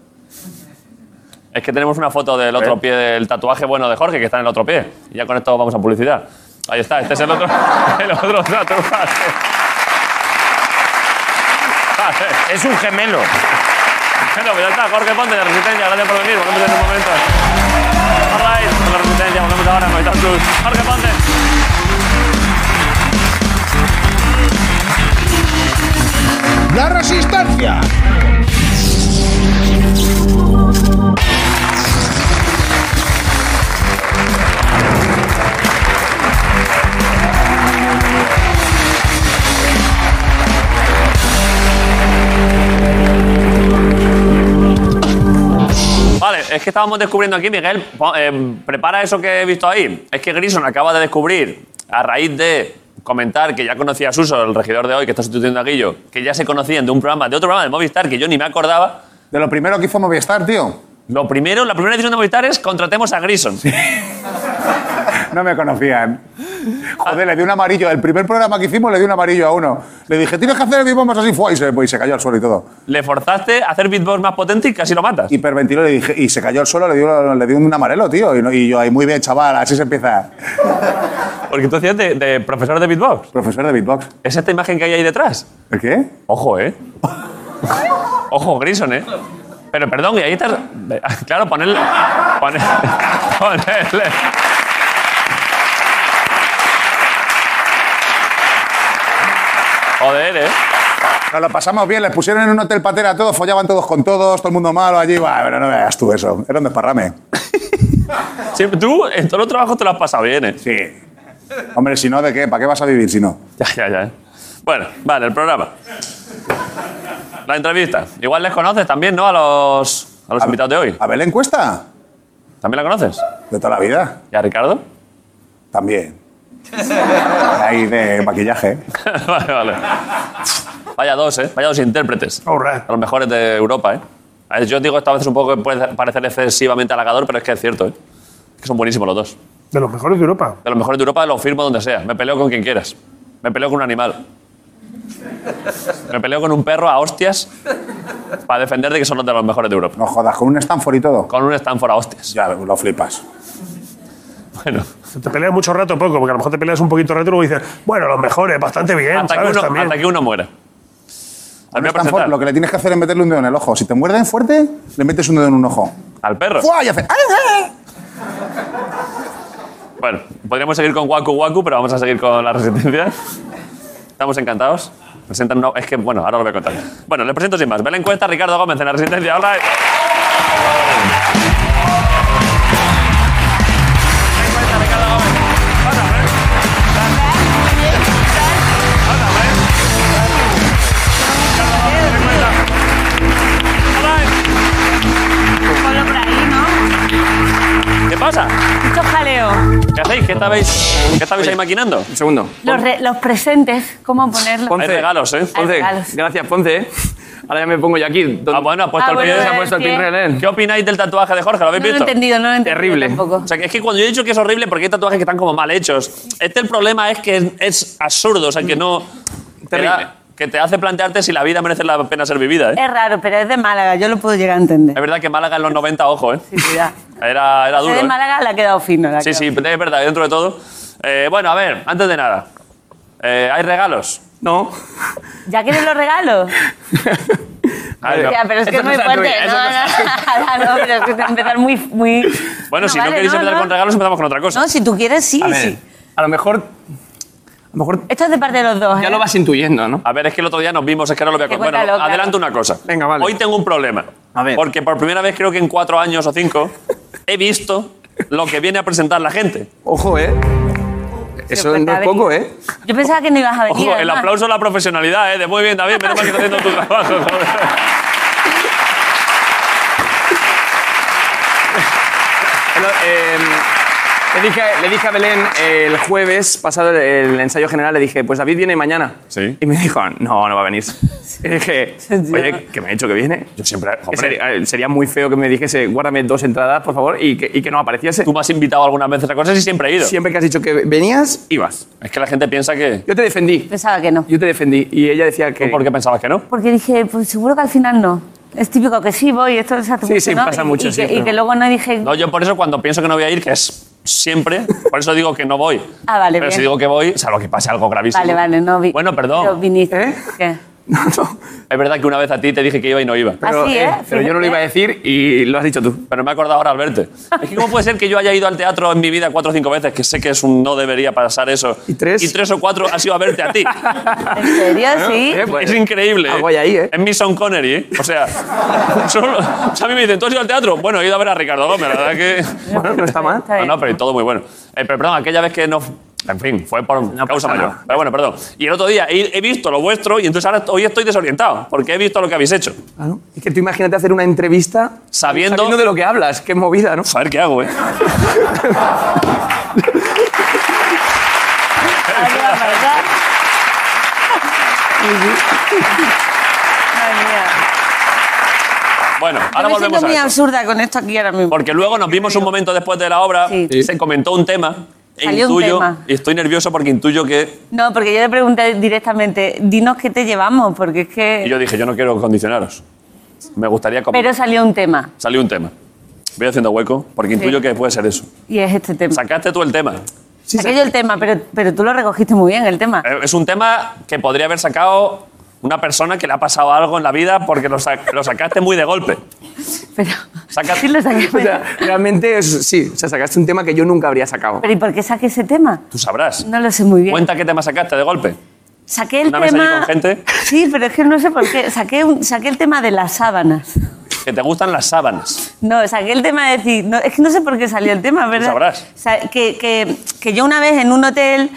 Speaker 1: Es que tenemos una foto del otro
Speaker 3: ¿Eh?
Speaker 1: pie, del tatuaje bueno de Jorge, que está en el otro pie. Y ya con esto vamos a publicidad. Ahí está, este es el otro, el otro tatuaje. Vale.
Speaker 3: Es un gemelo.
Speaker 1: Bueno, pues ya está, Jorge Ponte de Resistencia, gracias por venir, volvemos en un momento. All right, con la Resistencia, volvemos ahora en Movistar Plus. Jorge Ponte.
Speaker 5: ¡La resistencia!
Speaker 1: Vale, es que estábamos descubriendo aquí, Miguel, po- eh, prepara eso que he visto ahí. Es que Grison acaba de descubrir, a raíz de comentar que ya conocía a Suso, el regidor de hoy, que está sustituyendo a Guillo, que ya se conocían de un programa, de otro programa de Movistar, que yo ni me acordaba.
Speaker 5: De lo primero que hizo Movistar, tío.
Speaker 1: Lo primero, la primera decisión de Movistar es contratemos a Grison.
Speaker 5: No me conocían. Joder, le di un amarillo. El primer programa que hicimos le di un amarillo a uno. Le dije, tienes que hacer el mismo más así. Fue y se, pues, y se cayó al suelo y todo.
Speaker 1: Le forzaste a hacer beatbox más potente y casi lo matas.
Speaker 5: Hiperventiló le dije, y se cayó al suelo, le di, le di un amarelo, tío. Y, no- y yo ahí, muy bien, chaval, así se empieza.
Speaker 1: Porque tú hacías de, de profesor de beatbox.
Speaker 5: Profesor de beatbox.
Speaker 1: Es esta imagen que hay ahí detrás.
Speaker 5: ¿El qué?
Speaker 1: Ojo, ¿eh? Ojo, Grison, ¿eh? Pero perdón, y ahí estás... Claro, ponerle... Ponerle... ponerle. Joder, ¿eh?
Speaker 5: Nos lo pasamos bien, les pusieron en un hotel patera a todos, follaban todos con todos, todo el mundo malo allí. va, pero no me hagas tú eso. Era un desparrame.
Speaker 1: Siempre, tú en todos los trabajos te lo has pasado bien, ¿eh?
Speaker 5: Sí. Hombre, si no, ¿de qué? ¿Para qué vas a vivir si no?
Speaker 1: Ya, ya, ya. Bueno, vale, el programa. La entrevista. Igual les conoces también, ¿no? A los, a los invitados de hoy.
Speaker 5: ¿A Belén Cuesta?
Speaker 1: ¿También la conoces?
Speaker 5: De toda la vida.
Speaker 1: ¿Y a Ricardo?
Speaker 5: También. Ahí de maquillaje.
Speaker 1: vale, vale. Vaya dos, ¿eh? Vaya dos intérpretes.
Speaker 6: All right.
Speaker 1: A los mejores de Europa, ¿eh? A ver, Yo digo esto a veces un poco que puede parecer excesivamente halagador, pero es que es cierto, ¿eh? Que son buenísimos los dos.
Speaker 6: De los mejores de Europa.
Speaker 1: De los mejores de Europa lo firmo donde sea. Me peleo con quien quieras. Me peleo con un animal. Me peleo con un perro a hostias para defender de que son los de los mejores de Europa.
Speaker 5: No jodas, con un Stanford y todo.
Speaker 1: Con un Stanford a hostias.
Speaker 5: Ya lo flipas.
Speaker 1: Bueno,
Speaker 6: Te peleas mucho rato poco, porque a lo mejor te peleas un poquito rato y luego dices, bueno, los mejores, bastante bien,
Speaker 1: hasta que,
Speaker 6: ¿sabes?
Speaker 1: uno,
Speaker 6: También.
Speaker 1: hasta que uno muera. Al,
Speaker 5: Un
Speaker 1: voy a
Speaker 5: Stanford,
Speaker 1: presentar.
Speaker 5: lo que le tienes que hacer es meterle un dedo en el ojo. Si te muerden fuerte, le metes un dedo en un ojo.
Speaker 1: al perro.
Speaker 5: ¡Fua! Y hace. ¡Ah, ah!
Speaker 1: Bueno, podríamos seguir con Waku Waku, pero vamos a seguir con la resistencia. Estamos encantados. Presentan una... Es que, bueno, ahora lo voy a contar. Bueno, les presento sin más. Belén Cuesta, Ricardo Gómez en la resistencia. Hola. Belén Cuesta, Ricardo Gómez. Hola, Belén. Hola, Belén. Ricardo Gómez, Belén Cuesta. Hola.
Speaker 7: Ponlo por ahí, ¿no?
Speaker 1: ¿Qué pasa?
Speaker 7: Mucho jaleo.
Speaker 1: ¿Qué hacéis? ¿Qué estabais, qué estabais ahí maquinando?
Speaker 8: Un segundo.
Speaker 7: Los, re- los presentes, ¿cómo ponerlos?
Speaker 1: Hay
Speaker 8: Ponce. Ah,
Speaker 1: regalos, ¿eh?
Speaker 7: Hay
Speaker 8: Ponce,
Speaker 7: regalos.
Speaker 8: gracias, Ponce. ¿eh? Ahora ya me pongo yo aquí. donde-
Speaker 1: Ah, bueno, ha puesto
Speaker 7: Ah,
Speaker 1: el
Speaker 7: bueno,
Speaker 1: pie.
Speaker 8: se ha puesto el
Speaker 7: Pie.
Speaker 8: pinrel, ¿eh?
Speaker 1: ¿Qué opináis del tatuaje de Jorge? ¿Lo
Speaker 7: No
Speaker 1: habéis
Speaker 7: lo he
Speaker 1: visto?
Speaker 7: entendido, no lo he entendido
Speaker 8: Terrible.
Speaker 7: tampoco.
Speaker 1: O sea, que es que cuando yo he dicho que es horrible, porque hay tatuajes que están como mal hechos. Este el problema es que es, es absurdo, o sea, que no. Te
Speaker 8: Terrible.
Speaker 1: da- que te hace plantearte si la vida merece la pena ser vivida, ¿eh?
Speaker 7: Es raro, pero es de Málaga, yo lo puedo llegar a
Speaker 1: Es
Speaker 7: entender.
Speaker 1: verdad que Málaga en los 90, ojo, ¿eh?
Speaker 7: Sí, sí, ya.
Speaker 1: Era, era
Speaker 7: Es
Speaker 1: duro.
Speaker 7: de
Speaker 1: ¿eh?
Speaker 7: Málaga la ha quedado fino. la ha
Speaker 1: Sí,
Speaker 7: quedado
Speaker 1: sí, es verdad, dentro de todo. Eh, bueno, a ver, antes de nada. eh, ¿Hay regalos?
Speaker 8: No.
Speaker 7: ¿Ya quieres los regalos?
Speaker 1: A ver,
Speaker 7: Ya, pero es que
Speaker 8: Esto
Speaker 7: es
Speaker 8: no
Speaker 7: muy
Speaker 8: es
Speaker 7: fuerte.
Speaker 8: Android, eso
Speaker 7: No,
Speaker 8: no
Speaker 7: no, no, no, pero es que te empezar muy... muy...
Speaker 1: Bueno, si no
Speaker 7: vale,
Speaker 1: queréis empezar con regalos, empezamos con otra cosa.
Speaker 7: No, si tú quieres, sí,
Speaker 8: A ver,
Speaker 7: sí.
Speaker 8: Eh, a lo mejor. A lo mejor
Speaker 7: Esto es de parte de los dos,
Speaker 8: ya
Speaker 7: ¿eh?
Speaker 8: lo vas intuyendo, ¿no?
Speaker 1: A ver, es que el otro día nos vimos, es que ahora lo voy a
Speaker 7: Que
Speaker 1: contar. Bueno,
Speaker 7: cuéntalo, claro.
Speaker 1: adelanto una cosa.
Speaker 8: Venga, vale.
Speaker 1: Hoy tengo un problema.
Speaker 8: A ver.
Speaker 1: Porque por primera vez, creo que en cuatro años o cinco, he visto lo que viene a presentar la gente.
Speaker 8: Ojo, ¿eh? Eso no es poco, ¿eh?
Speaker 7: Yo pensaba que no ibas a venir.
Speaker 1: Ojo, el
Speaker 7: además.
Speaker 1: aplauso a la profesionalidad, ¿eh? De muy bien, David, menos mal que estás haciendo tu trabajo. joder.
Speaker 8: Bueno, eh, le, dije, le dije a Belén eh, el jueves pasado el, el ensayo general, le dije, pues David viene mañana.
Speaker 1: Sí.
Speaker 8: Y me dijo, no, no va a venir. Y dije, oye, que me ha dicho que viene.
Speaker 1: Yo siempre,
Speaker 8: Que
Speaker 1: hombre,
Speaker 8: sería, eh, sería muy feo que me dijese, guárdame dos entradas, por favor, y que, y que no apareciese.
Speaker 1: tú me has invitado algunas veces a cosas y siempre he ido.
Speaker 8: Siempre que has dicho que venías, ibas.
Speaker 1: Es que la gente piensa que...
Speaker 8: Yo te defendí.
Speaker 7: Pensaba que no.
Speaker 8: Yo te defendí. Y ella decía que...
Speaker 1: ¿Tú por qué pensabas que no?
Speaker 7: Porque dije, pues seguro que al final no. Es típico que sí voy, esto se hace
Speaker 8: Sí,
Speaker 7: mucho,
Speaker 8: sí,
Speaker 7: ¿no?
Speaker 8: pasa
Speaker 7: Y-
Speaker 8: mucho,
Speaker 7: y,
Speaker 8: sí,
Speaker 7: que, y
Speaker 8: pero-
Speaker 7: que luego no dije...
Speaker 1: No, yo por eso cuando pienso que no voy a ir, que es siempre, por eso digo que no voy.
Speaker 7: Ah, vale,
Speaker 1: Pero
Speaker 7: bien.
Speaker 1: si digo que voy, salvo que pase algo gravísimo.
Speaker 7: Vale, vale, no vi.
Speaker 1: Bueno,
Speaker 7: Pero
Speaker 1: perdón.
Speaker 7: viniste.
Speaker 8: ¿Eh?
Speaker 7: ¿Qué?
Speaker 8: No, no.
Speaker 1: Es verdad que una vez a ti te dije que iba y no iba.
Speaker 8: Pero,
Speaker 7: Así, ¿eh?
Speaker 8: pero yo no lo iba a decir y lo has dicho tú.
Speaker 1: Pero me he acordado ahora al verte. Es que cómo puede ser que yo haya ido al teatro en mi vida cuatro o cinco veces, que sé que es un no debería pasar eso.
Speaker 8: ¿Y tres?
Speaker 1: Y tres o cuatro ha sido a verte a ti.
Speaker 7: ¿En serio? Sí.
Speaker 8: Eh, pues,
Speaker 1: es increíble.
Speaker 8: algo hay ahí, ¿eh?
Speaker 1: Es mi Sean Connery, ¿eh? O sea, solo- o sea, a mí me dicen, ¿tú has ido al teatro? Bueno, he ido a ver a Ricardo Gómez, la verdad que...
Speaker 8: Bueno, no está mal.
Speaker 7: Está
Speaker 1: No,
Speaker 7: bien.
Speaker 1: no, pero todo muy bueno. Eh, pero perdón, aquella vez que no... En fin, fue por causa
Speaker 8: pasa
Speaker 1: mayor.
Speaker 8: nada.
Speaker 1: Pero bueno, perdón. Y el otro día he, he visto lo vuestro y entonces ahora hoy estoy desorientado porque he visto lo que habéis hecho.
Speaker 8: Claro. Es que tú imagínate hacer una entrevista
Speaker 1: Sabiendo-
Speaker 8: de lo que hablas. Qué movida, ¿no?
Speaker 1: Joder, ¿qué hago, eh?
Speaker 7: Adiós, ¿verdad? Madre mía.
Speaker 1: Bueno, ahora
Speaker 7: Yo me
Speaker 1: volvemos
Speaker 7: siento
Speaker 1: a
Speaker 7: muy
Speaker 1: eso.
Speaker 7: absurda con esto aquí ahora mismo.
Speaker 1: Porque luego nos vimos un momento después de la obra,
Speaker 7: Sí.
Speaker 1: se comentó un tema. e
Speaker 7: Salió un
Speaker 1: intuyo,
Speaker 7: tema.
Speaker 1: y estoy nervioso porque intuyo que.
Speaker 7: No, porque yo le pregunté directamente, dinos qué te llevamos, porque es
Speaker 1: Y
Speaker 7: que...
Speaker 1: yo dije, yo no quiero condicionaros. Me gustaría como.
Speaker 7: Pero salió un tema,
Speaker 1: Salió un tema. Voy haciendo hueco porque intuyo que puede ser eso.
Speaker 7: y es este tema.
Speaker 1: Sacaste tú el tema.
Speaker 7: Aquello el tema, pero, pero tú lo recogiste muy bien, el tema.
Speaker 1: Eh, Es un tema que podría haber sacado una persona que le ha pasado algo en la vida porque lo, sa- lo sacaste muy de golpe.
Speaker 7: Pero...
Speaker 1: Saca-
Speaker 7: Sí lo saqué,
Speaker 8: O
Speaker 7: pero-
Speaker 8: sea, realmente es- sí, o sea, sacaste un tema que yo nunca habría sacado.
Speaker 7: Pero ¿y por qué saqué ese tema?
Speaker 1: Tú sabrás.
Speaker 7: No lo sé muy bien.
Speaker 1: Cuenta qué tema sacaste de golpe.
Speaker 7: Saqué el
Speaker 1: ¿Una mesa
Speaker 7: tema...
Speaker 1: allí con gente?
Speaker 7: Sí, pero es que no sé por qué. Saqué, un- saqué el tema de las sábanas.
Speaker 1: Que te gustan las sábanas.
Speaker 7: No, saqué el tema de decir... no, es que no sé por qué salió el tema, ¿verdad?
Speaker 1: sabrás.
Speaker 7: O sea, que, que, que yo una vez en un hotel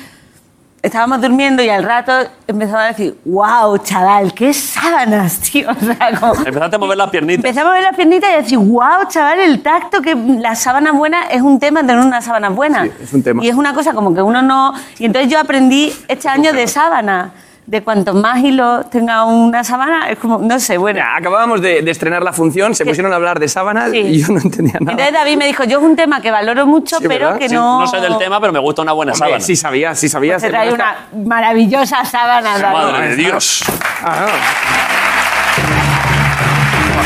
Speaker 7: estábamos durmiendo y al rato empezaba a decir, wow, chaval, qué sábanas, tío. O sea, como...
Speaker 1: Empezaste a mover las piernitas.
Speaker 7: Empezamos a ver las piernitas y a decir, wow, chaval, el tacto, que las sábanas buenas es un tema, tener unas sábanas buenas.
Speaker 8: Sí, es un tema.
Speaker 7: Y es una cosa como que uno no... Y entonces yo aprendí este año de sábana, de cuanto más hilos tenga una sábana, es como, no sé, bueno.
Speaker 8: Mira, acabábamos de, de estrenar la función, se pusieron a hablar de sábanas
Speaker 7: Sí.
Speaker 8: y yo no entendía nada.
Speaker 7: Entonces David me dijo, yo es un tema que valoro mucho,
Speaker 8: Sí,
Speaker 7: pero
Speaker 8: ¿verdad?
Speaker 7: que
Speaker 8: Sí,
Speaker 7: no...
Speaker 1: No sé del tema, pero me gusta una buena
Speaker 8: Hombre,
Speaker 1: sábana.
Speaker 8: sí sabías, sí sabías.
Speaker 7: Te trae
Speaker 8: Hermana,
Speaker 7: una maravillosa sábana, David.
Speaker 1: Madre de Dios.
Speaker 8: está- Ah,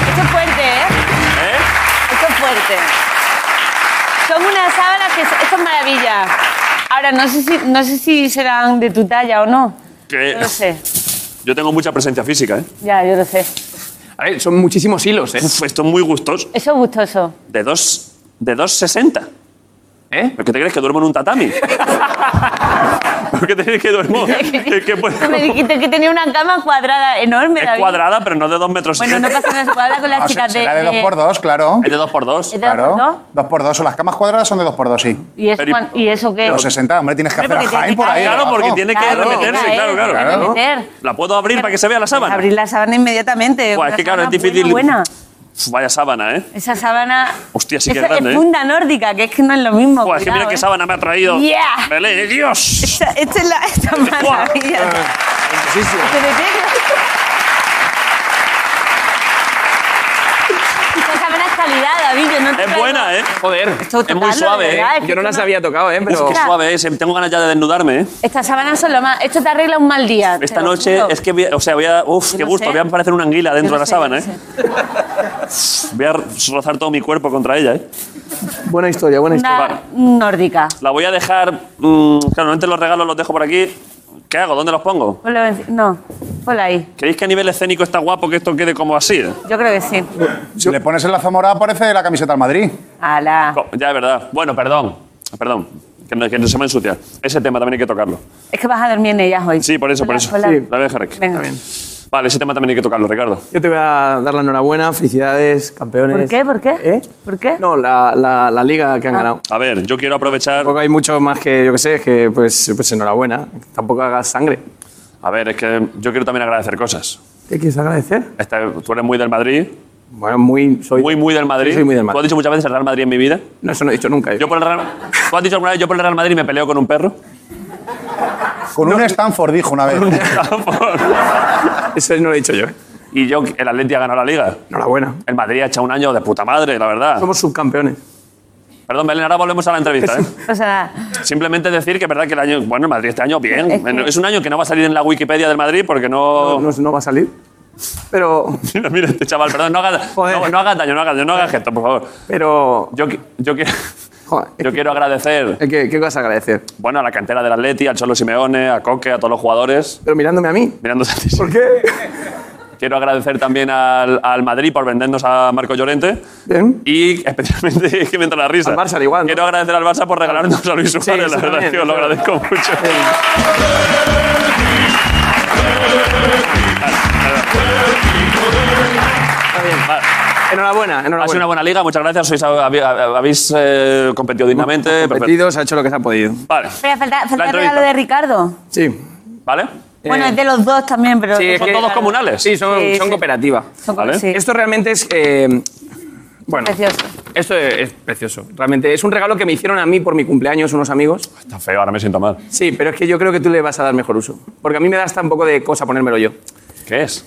Speaker 7: Esto es fuerte, ¿eh?
Speaker 1: ¿Eh?
Speaker 7: Esto es fuerte. Son unas sábanas que... Esto es maravilla. Ahora, no sé, si, no sé si serán de tu talla o no.
Speaker 1: Que-
Speaker 7: No lo sé.
Speaker 1: Yo tengo mucha presencia física, ¿eh?
Speaker 7: Ya, yo lo sé.
Speaker 8: no. A ver, son muchísimos hilos, ¿eh?
Speaker 1: Uf, esto es muy gustoso.
Speaker 7: Eso es gustoso.
Speaker 1: De dos, de 2,60.
Speaker 8: ¿Eh?
Speaker 1: ¿Pero qué te crees que duermo en un tatami? ¿Por qué te crees que duermo? Es que pues,
Speaker 7: Tú me dijiste que tenía una cama cuadrada enorme,
Speaker 1: es
Speaker 7: David.
Speaker 1: cuadrada, pero no de 2 metros.
Speaker 7: Bueno, no pasa nada, se puede hablar con las
Speaker 5: No, Ah, se-
Speaker 7: chicas de...
Speaker 5: será de
Speaker 9: eh,
Speaker 5: dos por dos, claro.
Speaker 1: Es de 2 por 2
Speaker 7: ¿Es de
Speaker 5: Claro.
Speaker 7: dos por dos?
Speaker 5: Dos por dos. O las camas cuadradas son de dos por dos, sí.
Speaker 7: ¿Y eso,
Speaker 1: Pero y-
Speaker 7: cuan- ¿Y eso
Speaker 9: Eh,
Speaker 7: qué?
Speaker 5: Los 60, hombre, tienes que
Speaker 7: Hombre,
Speaker 5: hacer a
Speaker 7: porque
Speaker 5: Jaén
Speaker 7: tiene
Speaker 5: por
Speaker 7: que-
Speaker 5: ahí.
Speaker 1: Claro,
Speaker 5: abajo.
Speaker 1: porque tiene que
Speaker 7: Claro,
Speaker 1: remeterse,
Speaker 7: tiene que
Speaker 1: claro, claro.
Speaker 7: caer, tiene que meter.
Speaker 1: ¿La puedo abrir para que se vea la sábana?
Speaker 7: Abrir la sábana inmediatamente.
Speaker 1: Buah, es
Speaker 7: una
Speaker 1: que claro, es
Speaker 7: sábana buena,
Speaker 1: difícil.
Speaker 7: Buena,
Speaker 1: Uf, vaya sábana, ¿eh?
Speaker 7: Esa sábana...
Speaker 1: Hostia, sí que
Speaker 7: Eso
Speaker 1: es grande, ¿eh?
Speaker 7: Es funda nórdica, que es que no es lo mismo.
Speaker 1: Buah, es que mira
Speaker 7: cuidado,
Speaker 1: qué
Speaker 7: ¿eh?
Speaker 1: sábana me ha traído.
Speaker 7: Yeah.
Speaker 1: Belén, eh, Dios.
Speaker 7: Esta, esta es la esta maravilla.
Speaker 1: Ah,
Speaker 8: Muchísimo.
Speaker 7: Pero qué... Esta sábana es calidad, David. yo no te
Speaker 1: Es
Speaker 7: traigo-
Speaker 1: buena, ¿eh?
Speaker 8: Joder.
Speaker 7: Esto
Speaker 1: Es muy
Speaker 7: total, lo
Speaker 1: suave,
Speaker 7: de
Speaker 1: ¿eh?
Speaker 7: verdad, es que
Speaker 8: Yo no
Speaker 7: esto
Speaker 8: las había tocado, ¿eh? Pero
Speaker 1: Uf, qué
Speaker 7: Ostras.
Speaker 1: suave es. Tengo ganas ya de desnudarme, ¿eh?
Speaker 7: Estas sábanas son lo más. Esto te arregla un mal día. te
Speaker 1: Esta
Speaker 7: lo
Speaker 1: noche
Speaker 7: juro.
Speaker 1: es que, voy a- o sea, voy a. Uf,
Speaker 7: Yo
Speaker 1: qué
Speaker 7: no
Speaker 1: gusto,
Speaker 7: sé.
Speaker 1: voy a parecer una anguila dentro de
Speaker 7: Yo no
Speaker 1: la
Speaker 7: sé,
Speaker 1: sábana,
Speaker 7: no
Speaker 1: ¿eh? Voy a rozar todo mi cuerpo contra ella, ¿eh?
Speaker 8: buena historia, buena
Speaker 7: sé.
Speaker 8: historia.
Speaker 7: Una nórdica.
Speaker 1: La voy a dejar. mm, claro, normalmente los regalos los dejo por aquí. ¿Qué hago? ¿Dónde los pongo?
Speaker 7: Ponlo en- no, ponlo ahí.
Speaker 1: ¿Creéis que a nivel escénico está guapo que esto quede como así?
Speaker 7: Yo creo que sí.
Speaker 5: Si le pones el lazo morado, parece la camiseta al Madrid.
Speaker 7: Ala.
Speaker 1: Co- Ya, es verdad. Bueno, perdón. Perdón. Que no, que no se me ensucia. Ese tema también hay que tocarlo.
Speaker 7: Es que vas a dormir en ellas hoy.
Speaker 1: Sí, por eso, por
Speaker 7: Hola,
Speaker 1: eso.
Speaker 7: hola.
Speaker 1: Sí. La voy a dejar aquí.
Speaker 7: Venga.
Speaker 1: Vale, ese tema también hay que tocarlo, Ricardo.
Speaker 8: Yo te voy a dar la enhorabuena, felicidades, campeones.
Speaker 7: ¿Por qué? ¿Por qué? Ah.
Speaker 8: ¿Eh?
Speaker 7: ¿Por qué?
Speaker 8: No, la, la- la liga que han ganado.
Speaker 1: A ver, yo quiero aprovechar.
Speaker 8: Tampoco hay mucho más que, yo que sé, que pues, pues enhorabuena. Tampoco hagas sangre.
Speaker 1: A ver, es que yo quiero también agradecer cosas.
Speaker 8: ¿Te quieres agradecer?
Speaker 1: Esta- tú eres muy del Madrid.
Speaker 8: Bueno, muy... Soy,
Speaker 1: Muy, muy del Madrid.
Speaker 8: Sí, soy muy del
Speaker 1: Tú has
Speaker 8: Madrid.
Speaker 1: dicho muchas veces el Real Madrid en mi vida.
Speaker 8: No, eso no he dicho nunca. eh.
Speaker 1: Yo por el Real... Tú has dicho alguna vez, yo por el Real Madrid me peleo con un perro.
Speaker 5: Con un Stanford, dijo una vez.
Speaker 8: Eso no lo he dicho yo. eh.
Speaker 1: y yo, el Atleti ha ganado la liga.
Speaker 8: Enhorabuena.
Speaker 1: El Madrid ha hecho un año de puta madre, la verdad.
Speaker 8: Somos subcampeones.
Speaker 1: Perdón, Belén, ahora volvemos a la entrevista. ¿eh?
Speaker 7: O sea,
Speaker 1: Simplemente decir que es verdad que el año, bueno, el Madrid este año bien.
Speaker 7: Es que-
Speaker 1: Es un año que no va a salir en la Wikipedia del Madrid porque no.
Speaker 7: Oh.
Speaker 8: No, no va a salir. Pero...
Speaker 1: Mira, mira, este chaval, perdón, no hagas
Speaker 8: Joder.
Speaker 1: no, no hagas daño, no hagas daño, no hagas gesto, por favor.
Speaker 8: Pero...
Speaker 1: Yo, qui- yo, qui-
Speaker 8: Joder, eh,
Speaker 1: yo quiero agradecer,
Speaker 8: ¿qué- ¿Qué, ¿Qué vas a agradecer?
Speaker 1: bueno, a la cantera del Atleti, al Cholo Simeone, a Coque, a todos los jugadores.
Speaker 8: Pero mirándome a mí.
Speaker 1: Mirándose a ti.
Speaker 8: ¿Por qué?
Speaker 1: Quiero agradecer también al, al Madrid por vendernos a Marco Llorente.
Speaker 8: Bien.
Speaker 1: Y especialmente, es que me entra la risa.
Speaker 8: Al Barça al igual, ¿no?
Speaker 1: Quiero agradecer al Barça por regalarnos a Luis Suárez,
Speaker 8: eso
Speaker 1: la verdad,
Speaker 8: también,
Speaker 1: tío, lo
Speaker 8: eso.
Speaker 1: agradezco mucho.
Speaker 8: Está bien. Enhorabuena, enhorabuena.
Speaker 1: Ha sido una buena liga, muchas gracias. Sois, hab- hab- habéis eh, competido dignamente.
Speaker 8: Competido, se ha hecho lo que se ha podido.
Speaker 1: perfecto. Vale.
Speaker 7: espera, falta, falta
Speaker 1: La
Speaker 7: el regalo
Speaker 1: entrevista. Eh.
Speaker 7: de Ricardo.
Speaker 8: Sí.
Speaker 1: ¿Vale?
Speaker 7: Bueno, es de los dos también, pero.
Speaker 8: Sí, es
Speaker 1: ¿Son
Speaker 8: que-
Speaker 1: todos comunales?
Speaker 8: Sí, son,
Speaker 7: Sí,
Speaker 8: son
Speaker 7: sí.
Speaker 8: cooperativa.
Speaker 7: Son
Speaker 1: Vale.
Speaker 7: sí.
Speaker 8: Esto realmente es... eh, bueno,
Speaker 7: Precioso.
Speaker 8: esto es, es precioso. Realmente es un regalo que me hicieron a mí por mi cumpleaños unos amigos.
Speaker 1: Está feo, ahora me siento mal.
Speaker 8: Sí, pero es que yo creo que tú le vas a dar mejor uso. Porque a mí me da hasta un poco de cosa ponérmelo yo.
Speaker 1: ¿Qué es?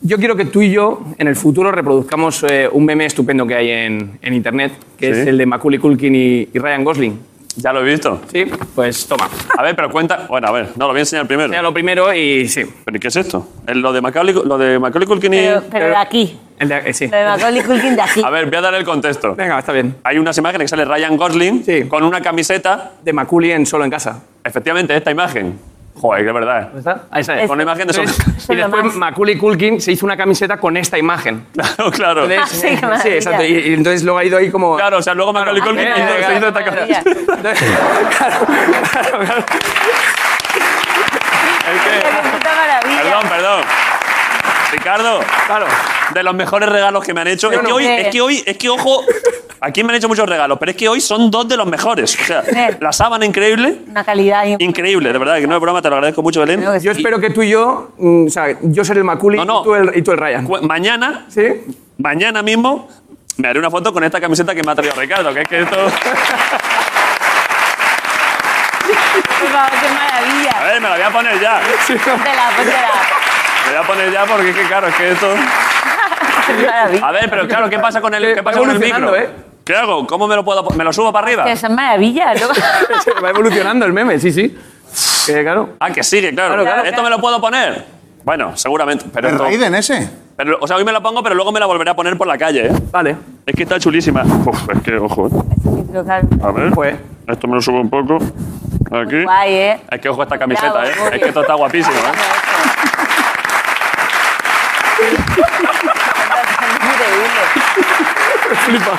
Speaker 8: Yo quiero que tú y yo en el futuro reproduzcamos eh, un meme estupendo que hay en, en internet, que
Speaker 1: Sí.
Speaker 8: es el de Macaulay Culkin y, y Ryan Gosling.
Speaker 1: Ya lo he visto.
Speaker 8: Sí, pues toma.
Speaker 1: A ver, pero cuenta. Bueno, a ver, no, lo voy a enseñar primero.
Speaker 8: Mira lo primero y sí.
Speaker 1: ¿Pero qué es esto? El- Lo de Macaulay, lo de Macaulay Culkin y-
Speaker 7: Pero, pero de aquí.
Speaker 8: El de, eh, sí.
Speaker 7: Lo de Macaulay Culkin de aquí.
Speaker 1: A ver, voy a dar el contexto.
Speaker 8: Venga, está bien.
Speaker 1: Hay unas imágenes que sale Ryan Gosling
Speaker 8: Sí.
Speaker 1: con una camiseta.
Speaker 8: De Macaulay en Solo en Casa.
Speaker 1: Efectivamente, esta imagen. Joder, que es verdad. eh.
Speaker 8: ¿Dónde está? Ahí está.
Speaker 7: Es-
Speaker 1: Con una imagen de
Speaker 8: Entonces,
Speaker 1: Solo-
Speaker 8: y
Speaker 7: Solo
Speaker 8: después
Speaker 7: más.
Speaker 8: Macaulay Culkin se hizo una camiseta con esta imagen.
Speaker 1: Claro, Ah, claro.
Speaker 8: Entonces, eh,
Speaker 7: sí, qué
Speaker 8: sí,
Speaker 7: maravilla.
Speaker 8: exacto. Y, y entonces luego ha ido ahí como... Eh,
Speaker 1: Claro, o sea, luego Macaulay Culkin
Speaker 3: eh,
Speaker 8: Mira,
Speaker 1: hizo-
Speaker 8: mira,
Speaker 1: se hizo esta
Speaker 8: mira,
Speaker 1: cara.
Speaker 7: maravilla.
Speaker 8: Entonces, claro, claro, claro.
Speaker 1: Es que-
Speaker 7: ¡Qué
Speaker 9: eh,
Speaker 7: puta maravilla!
Speaker 1: eh, Perdón, perdón. Ricardo,
Speaker 8: Claro.
Speaker 1: de los mejores regalos que me han hecho. es,
Speaker 7: no,
Speaker 1: que hoy,
Speaker 7: hombre.
Speaker 1: es que hoy, es que ojo, aquí me han hecho muchos regalos, pero es que hoy son dos de los mejores. O sea,
Speaker 7: Hombre.
Speaker 1: la sábana increíble,
Speaker 7: Una calidad. y-
Speaker 1: increíble, de verdad, que no es broma, te lo agradezco mucho, Belén.
Speaker 7: Creo que sí.
Speaker 8: Yo espero que tú y yo, mm, o sea, yo seré el Macaulay
Speaker 1: No, no.
Speaker 8: Y, tú el, y tú el Ryan.
Speaker 1: Cu- Mañana,
Speaker 8: ¿Sí?
Speaker 1: mañana mismo, me haré una foto con esta camiseta que me ha traído Ricardo, que es que esto.
Speaker 7: Por favor, qué
Speaker 1: A
Speaker 7: maravilla.
Speaker 1: ver, me la voy a poner ya.
Speaker 7: Póntela, póntela.
Speaker 1: Me la voy a poner ya porque es que, claro, es que esto.
Speaker 7: Qué maravilla.
Speaker 1: A ver, pero claro, ¿qué pasa con el,
Speaker 8: Eh,
Speaker 1: ¿qué
Speaker 8: va
Speaker 1: pasa con el micro?
Speaker 8: evolucionando, ¿eh?
Speaker 1: ¿Qué hago? ¿Cómo me lo puedo.? po- ¿Me lo subo para arriba?
Speaker 7: Que Son maravillas, ¿no?
Speaker 8: Va evolucionando el meme, sí, sí. Que, claro.
Speaker 1: Ah, que sigue, claro.
Speaker 8: Claro, claro.
Speaker 1: ¿Esto me lo puedo poner? Bueno, seguramente. Pero,
Speaker 5: El
Speaker 1: esto-
Speaker 5: Raiden ese.
Speaker 1: pero- o sea, hoy me la pongo, pero luego me la volveré a poner por la calle. ¿eh?
Speaker 8: Vale.
Speaker 1: Es que está chulísima. Uf, es que, ojo, ¿eh?
Speaker 7: Pero claro,
Speaker 1: A ver.
Speaker 8: Pues.
Speaker 1: Esto me lo subo un poco. Aquí.
Speaker 7: Guay, ¿eh?
Speaker 1: Es que, ojo, esta camiseta,
Speaker 7: Bravo,
Speaker 1: ¿eh?
Speaker 7: muy
Speaker 1: Es que
Speaker 7: bien.
Speaker 1: esto está guapísimo,
Speaker 7: Bravo,
Speaker 1: ¿eh?
Speaker 7: eso. Increíble.
Speaker 8: Flipa.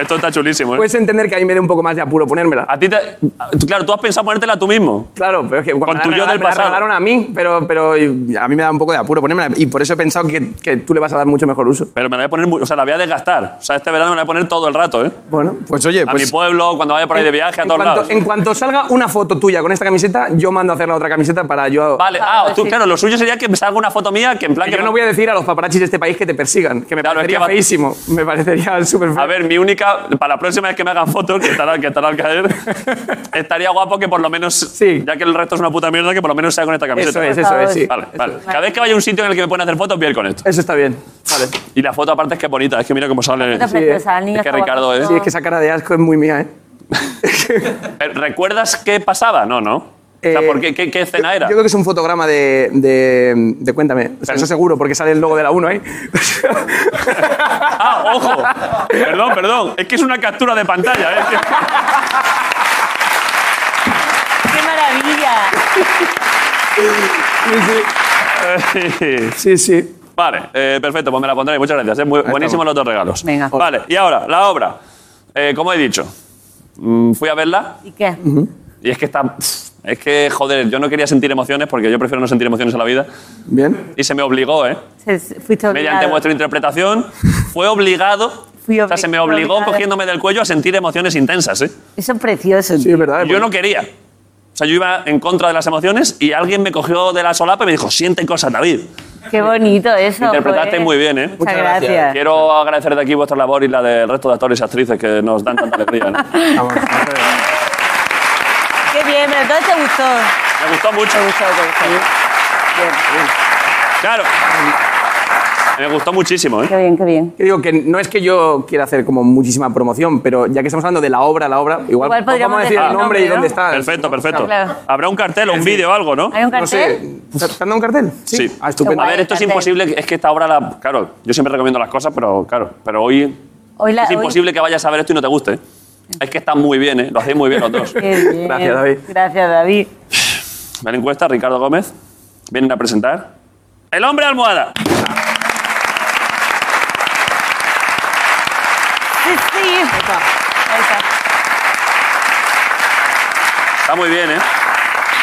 Speaker 1: Esto está chulísimo, ¿eh?
Speaker 8: Puedes entender que ahí me dé un poco más de apuro ponérmela.
Speaker 1: a ti te. a- tú- Claro, tú has pensado ponértela tú mismo.
Speaker 8: Claro, pero es que
Speaker 1: Con
Speaker 8: cuando me la
Speaker 1: tu yo
Speaker 8: regalaron-
Speaker 1: del
Speaker 8: me la
Speaker 1: pasado.
Speaker 8: regalaron a mí, pero, pero a mí me da un poco de apuro ponérmela. Y por eso he pensado que, que tú le vas a dar mucho mejor uso.
Speaker 1: Pero me la voy a poner. muy- O sea, la voy a desgastar. O sea, este verano me la voy a poner todo el rato, ¿eh?
Speaker 8: Bueno, pues oye,
Speaker 1: A
Speaker 8: pues...
Speaker 1: mi pueblo, cuando vaya por ahí de viaje, a
Speaker 8: en
Speaker 1: todos
Speaker 8: cuanto,
Speaker 1: lados.
Speaker 8: en cuanto salga una foto tuya con esta camiseta, yo mando a hacer la otra camiseta para yo.
Speaker 1: Vale,
Speaker 7: Ah,
Speaker 1: ah, tú,
Speaker 7: sí.
Speaker 1: claro, lo suyo sería que me salga una foto mía que en plan
Speaker 8: Que
Speaker 1: que.
Speaker 8: yo no voy a decir a los paparachis de este país que te persigan, que me
Speaker 1: Claro, es que
Speaker 8: parecería
Speaker 1: va-
Speaker 8: feísimo. Me parecería súper feo.
Speaker 1: A ver, mi única. Para la próxima vez que me hagan fotos, que estará, que estará al caer, estaría guapo que por lo menos.
Speaker 8: Sí.
Speaker 1: Ya que el resto es una puta mierda, que por lo menos sea con esta
Speaker 8: Eso
Speaker 1: camiseta.
Speaker 8: es, eso es, sí.
Speaker 1: Vale, vale. Cada vez que vaya a un sitio en el que me pueden hacer fotos, voy a ir con esto.
Speaker 8: Eso está bien. Vale.
Speaker 1: Y la foto, aparte, es que es bonita. Es que mira cómo sale.
Speaker 7: Está preciosa, el niño
Speaker 1: Es que
Speaker 7: está
Speaker 1: Ricardo
Speaker 7: guapísimo.
Speaker 1: es.
Speaker 8: Sí, es que esa cara de asco es muy mía, ¿eh?
Speaker 1: Eh, ¿Recuerdas qué pasaba? No, no. o
Speaker 8: Eh,
Speaker 1: sea, ¿por qué, qué, qué escena
Speaker 8: yo-
Speaker 1: era?
Speaker 8: Yo creo que es un fotograma de, de, de Cuéntame. O sea,
Speaker 1: Pero-
Speaker 8: eso seguro, porque sale el logo de la ¿eh? 1 ahí.
Speaker 1: Ah, ojo. Perdón, perdón. Es que es una captura de pantalla. ¿eh? Es que-
Speaker 7: ¡Qué maravilla!
Speaker 5: Sí, sí.
Speaker 1: Vale, eh, perfecto, pues me la pondré. Muchas gracias. eh. Muy- buenísimos los dos regalos.
Speaker 7: Venga.
Speaker 1: Vale, y ahora, la obra. Eh, como he dicho, mm, fui a verla
Speaker 7: ¿Y qué?
Speaker 1: y es que está. Es que, joder, yo no quería sentir emociones porque yo prefiero no sentir emociones en la vida.
Speaker 5: Bien.
Speaker 1: Y se me obligó, ¿eh?
Speaker 7: Se- se- Fuiste
Speaker 1: Mediante
Speaker 7: obligado.
Speaker 1: vuestra interpretación, fue obligado.
Speaker 7: Fui
Speaker 1: o sea, se me
Speaker 7: obli-
Speaker 1: obligó
Speaker 7: obligada.
Speaker 1: cogiéndome del cuello a sentir emociones intensas, ¿eh?
Speaker 7: Eso es precioso.
Speaker 5: Sí, es verdad.
Speaker 1: Y Yo no quería. O sea, yo iba en contra de las emociones y alguien me cogió de la solapa y me dijo, siente cosas, David.
Speaker 7: Qué bonito eso.
Speaker 1: Interpretaste
Speaker 7: joder.
Speaker 1: muy bien, ¿eh?
Speaker 7: Muchas gracias.
Speaker 1: Quiero agradecer de aquí vuestra labor y la del resto de actores y actrices que nos dan tanta alegría. ¿no?
Speaker 7: Qué bien, pero todo te gustó.
Speaker 1: Me gustó mucho.
Speaker 7: Te gustó, te gustó. Bien,
Speaker 1: Claro. Me gustó muchísimo, ¿eh?
Speaker 7: qué bien, qué bien.
Speaker 8: Que digo que no es que yo quiera hacer como muchísima promoción, pero ya que estamos hablando de la obra, la obra, igual,
Speaker 7: Igual podríamos
Speaker 8: vamos a decir
Speaker 7: decir
Speaker 8: el
Speaker 7: el
Speaker 8: nombre y
Speaker 7: nombre,
Speaker 8: dónde
Speaker 7: ¿no?
Speaker 8: está.
Speaker 1: Perfecto, perfecto.
Speaker 7: Claro.
Speaker 1: Habrá un cartel, o un vídeo o algo, ¿no?
Speaker 7: ¿Hay un
Speaker 8: No sé,
Speaker 7: cartel?
Speaker 8: ¿te han dado un cartel?
Speaker 1: Sí.
Speaker 8: Ah, estupendo.
Speaker 1: A ver, esto es
Speaker 7: Cartel.
Speaker 1: imposible. Es que esta obra, la, claro, yo siempre recomiendo las cosas, pero claro, pero hoy
Speaker 7: Hoy la-
Speaker 1: es
Speaker 7: hoy-
Speaker 1: imposible que vayas a ver esto y no te guste. ¿eh? Es que está muy bien, ¿eh? Lo hacéis muy bien los dos.
Speaker 7: Qué bien.
Speaker 8: Gracias, David.
Speaker 7: Gracias, David.
Speaker 1: Ven encuesta, Ricardo Gómez. Vienen a presentar. El hombre almohada.
Speaker 7: Sí, sí. Ahí está. Ahí está.
Speaker 1: Está muy bien, ¿eh?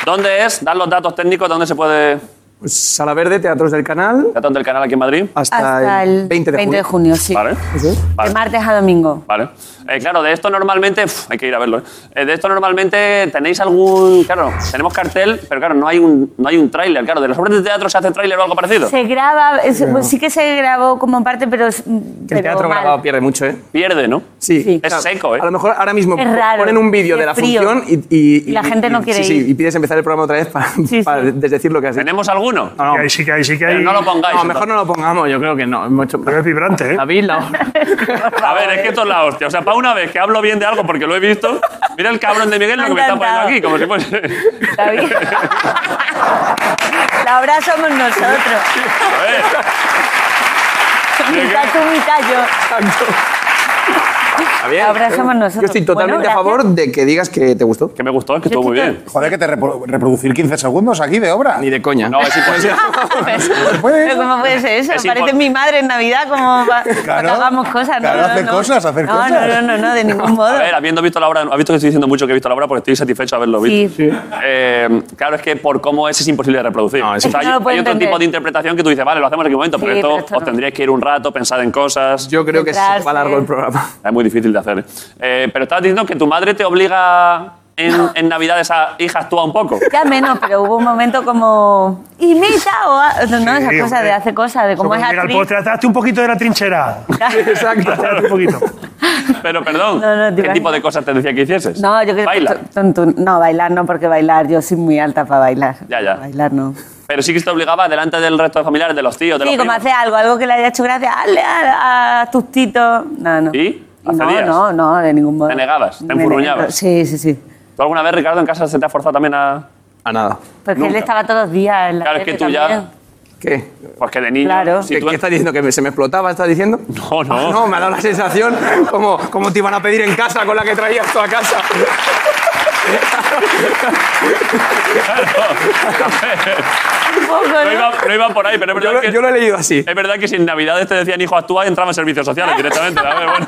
Speaker 1: ¿Dónde es? Dan los datos técnicos, ¿dónde se puede.
Speaker 8: Pues Sala Verde, Teatros del Canal,
Speaker 1: Datos del canal aquí en Madrid.
Speaker 8: hasta, el 20 de junio.
Speaker 7: sí.
Speaker 1: Vale.
Speaker 7: De martes a domingo.
Speaker 1: Vale. Eh, claro, de esto normalmente. uf, hay que ir a verlo, ¿eh? Eh, De esto normalmente tenéis algún. Claro, tenemos cartel, pero claro, no hay un, no hay un tráiler. Claro, ¿de las obras de teatro se hace tráiler o algo parecido?
Speaker 7: Se graba, es- pues sí que se grabó como parte, pero. es- mm,
Speaker 8: El
Speaker 7: pero
Speaker 8: teatro
Speaker 7: mal.
Speaker 8: grabado pierde mucho, ¿eh?
Speaker 1: Pierde, ¿no?
Speaker 8: Sí.
Speaker 7: Sí.
Speaker 1: Es seco, ¿eh?
Speaker 8: A lo mejor ahora mismo
Speaker 7: Es raro,
Speaker 8: ponen un vídeo
Speaker 7: qué
Speaker 8: de la
Speaker 7: frío.
Speaker 8: función y, y-
Speaker 7: Y la gente no quiere
Speaker 8: sí, sí,
Speaker 7: ir.
Speaker 8: y pides empezar el programa otra vez para,
Speaker 7: sí.
Speaker 8: para desdecir lo que has dicho.
Speaker 1: ¿Tenemos alguno?
Speaker 8: No,
Speaker 6: Que ahí sí que hay, sí que hay.
Speaker 1: Pero no lo pongáis.
Speaker 8: No, mejor no lo pongamos, yo creo que no. Hemos hecho-
Speaker 6: Pero es vibrante, ¿eh?
Speaker 8: David, la
Speaker 1: A ver, es que esto es la hostia. O sea, para una vez que hablo bien de algo porque lo he visto, mira el cabrón de Miguel lo
Speaker 7: Me ha
Speaker 1: que me está poniendo
Speaker 7: encantado.
Speaker 1: aquí, como si fuese.
Speaker 7: David. La obra somos nosotros.
Speaker 1: A ver.
Speaker 7: mitad tú, mitad yo.
Speaker 8: Está bien.
Speaker 7: La obra somos nosotros.
Speaker 8: Eh, Yo estoy totalmente
Speaker 7: Bueno,
Speaker 8: a favor de que digas que te gustó.
Speaker 1: Que me gustó, es que estuvo muy bien.
Speaker 5: Joder, que te repro- reproducir 15 segundos aquí de obra.
Speaker 8: Ni de coña.
Speaker 1: No, es imposible.
Speaker 8: Pues,
Speaker 7: Pero,
Speaker 5: puede.
Speaker 7: pero Pues, ¿cómo puede ser eso?
Speaker 1: Es
Speaker 7: Parece
Speaker 1: impor-
Speaker 7: mi madre en Navidad, como pa- para que hagamos cosas. No,
Speaker 5: claro,
Speaker 7: no,
Speaker 5: hacer
Speaker 7: no.
Speaker 5: cosas, hacer
Speaker 7: no,
Speaker 5: cosas.
Speaker 7: No, no, no, no, de ningún modo.
Speaker 1: A ver, habiendo visto la obra, ha visto que estoy diciendo mucho que he visto la obra porque estoy satisfecho de haberlo
Speaker 7: Sí.
Speaker 1: visto. Eh, claro, es que por cómo es es imposible de reproducir.
Speaker 8: No, es
Speaker 1: O sea,
Speaker 7: que
Speaker 1: hay,
Speaker 7: no lo puedo
Speaker 1: hay otro
Speaker 7: entender.
Speaker 1: tipo de interpretación que tú dices, vale, lo hacemos en aquel momento, pero
Speaker 7: Sí,
Speaker 1: esto,
Speaker 7: pero esto
Speaker 1: os
Speaker 7: no.
Speaker 1: tendríais que ir un rato, pensar en cosas.
Speaker 8: Yo creo que se
Speaker 7: Centrarse.
Speaker 8: va largo el programa.
Speaker 1: Es muy difícil de hacer. ¿eh? Eh, pero estabas diciendo que tu madre te obliga en, en Navidades a hija actúa un poco.
Speaker 7: Ya menos, pero hubo un momento como. Imita o. ha- No, esas
Speaker 6: Sí,
Speaker 7: cosas
Speaker 6: hombre.
Speaker 7: de hace cosas, de cómo es
Speaker 6: Cuando llega el
Speaker 7: actriz.
Speaker 6: postre, hazte un poquito de la trinchera.
Speaker 8: Exacto.
Speaker 6: Hazte un poquito.
Speaker 1: Pero perdón,
Speaker 7: No, no, te
Speaker 1: ¿qué
Speaker 7: imaginas.
Speaker 1: tipo de cosas te decía que hicieses?
Speaker 7: No, yo creo que
Speaker 1: Baila.
Speaker 7: tonto- no, bailar no, porque bailar, yo soy muy alta para bailar.
Speaker 1: Ya, ya.
Speaker 7: Bailar no.
Speaker 1: Pero sí que te obligaba delante del resto de familiares, de los tíos, de
Speaker 7: Sí,
Speaker 1: los
Speaker 7: como
Speaker 1: primos.
Speaker 7: hacer algo, algo que le haya hecho gracia, hazle a, a tus titos. No, no.
Speaker 1: ¿Y?
Speaker 7: No,
Speaker 1: ¿Accedías?
Speaker 7: no, no, de ningún modo.
Speaker 1: ¿Te negabas? ¿Te
Speaker 7: Me
Speaker 1: enfurruñabas?
Speaker 7: negaba. Sí, sí, sí.
Speaker 1: ¿Tú alguna vez, Ricardo, en casa se te ha forzado también a...?
Speaker 8: A nada.
Speaker 7: Porque él
Speaker 1: Nunca.
Speaker 7: estaba todos los días en la
Speaker 1: Claro, es que
Speaker 7: tele
Speaker 1: tú ya-
Speaker 7: también.
Speaker 8: ¿Qué?
Speaker 1: Pues que de niño...
Speaker 7: Claro.
Speaker 1: si
Speaker 8: ¿Qué,
Speaker 1: tú-
Speaker 8: qué estás diciendo? ¿Que me- se me explotaba? ¿Estás diciendo?
Speaker 1: No, no.
Speaker 8: Ah, no, me ha dado la sensación como, como te iban a pedir en casa con la que traías tú a casa.
Speaker 7: Un poco,
Speaker 1: No
Speaker 7: ¿no?
Speaker 1: iba, no iba por ahí, pero es
Speaker 8: Yo lo,
Speaker 1: verdad que...
Speaker 8: yo lo he leído así.
Speaker 1: Es verdad que si en Navidades te decían hijo actúa, entraba en servicios sociales directamente. A ver, bueno,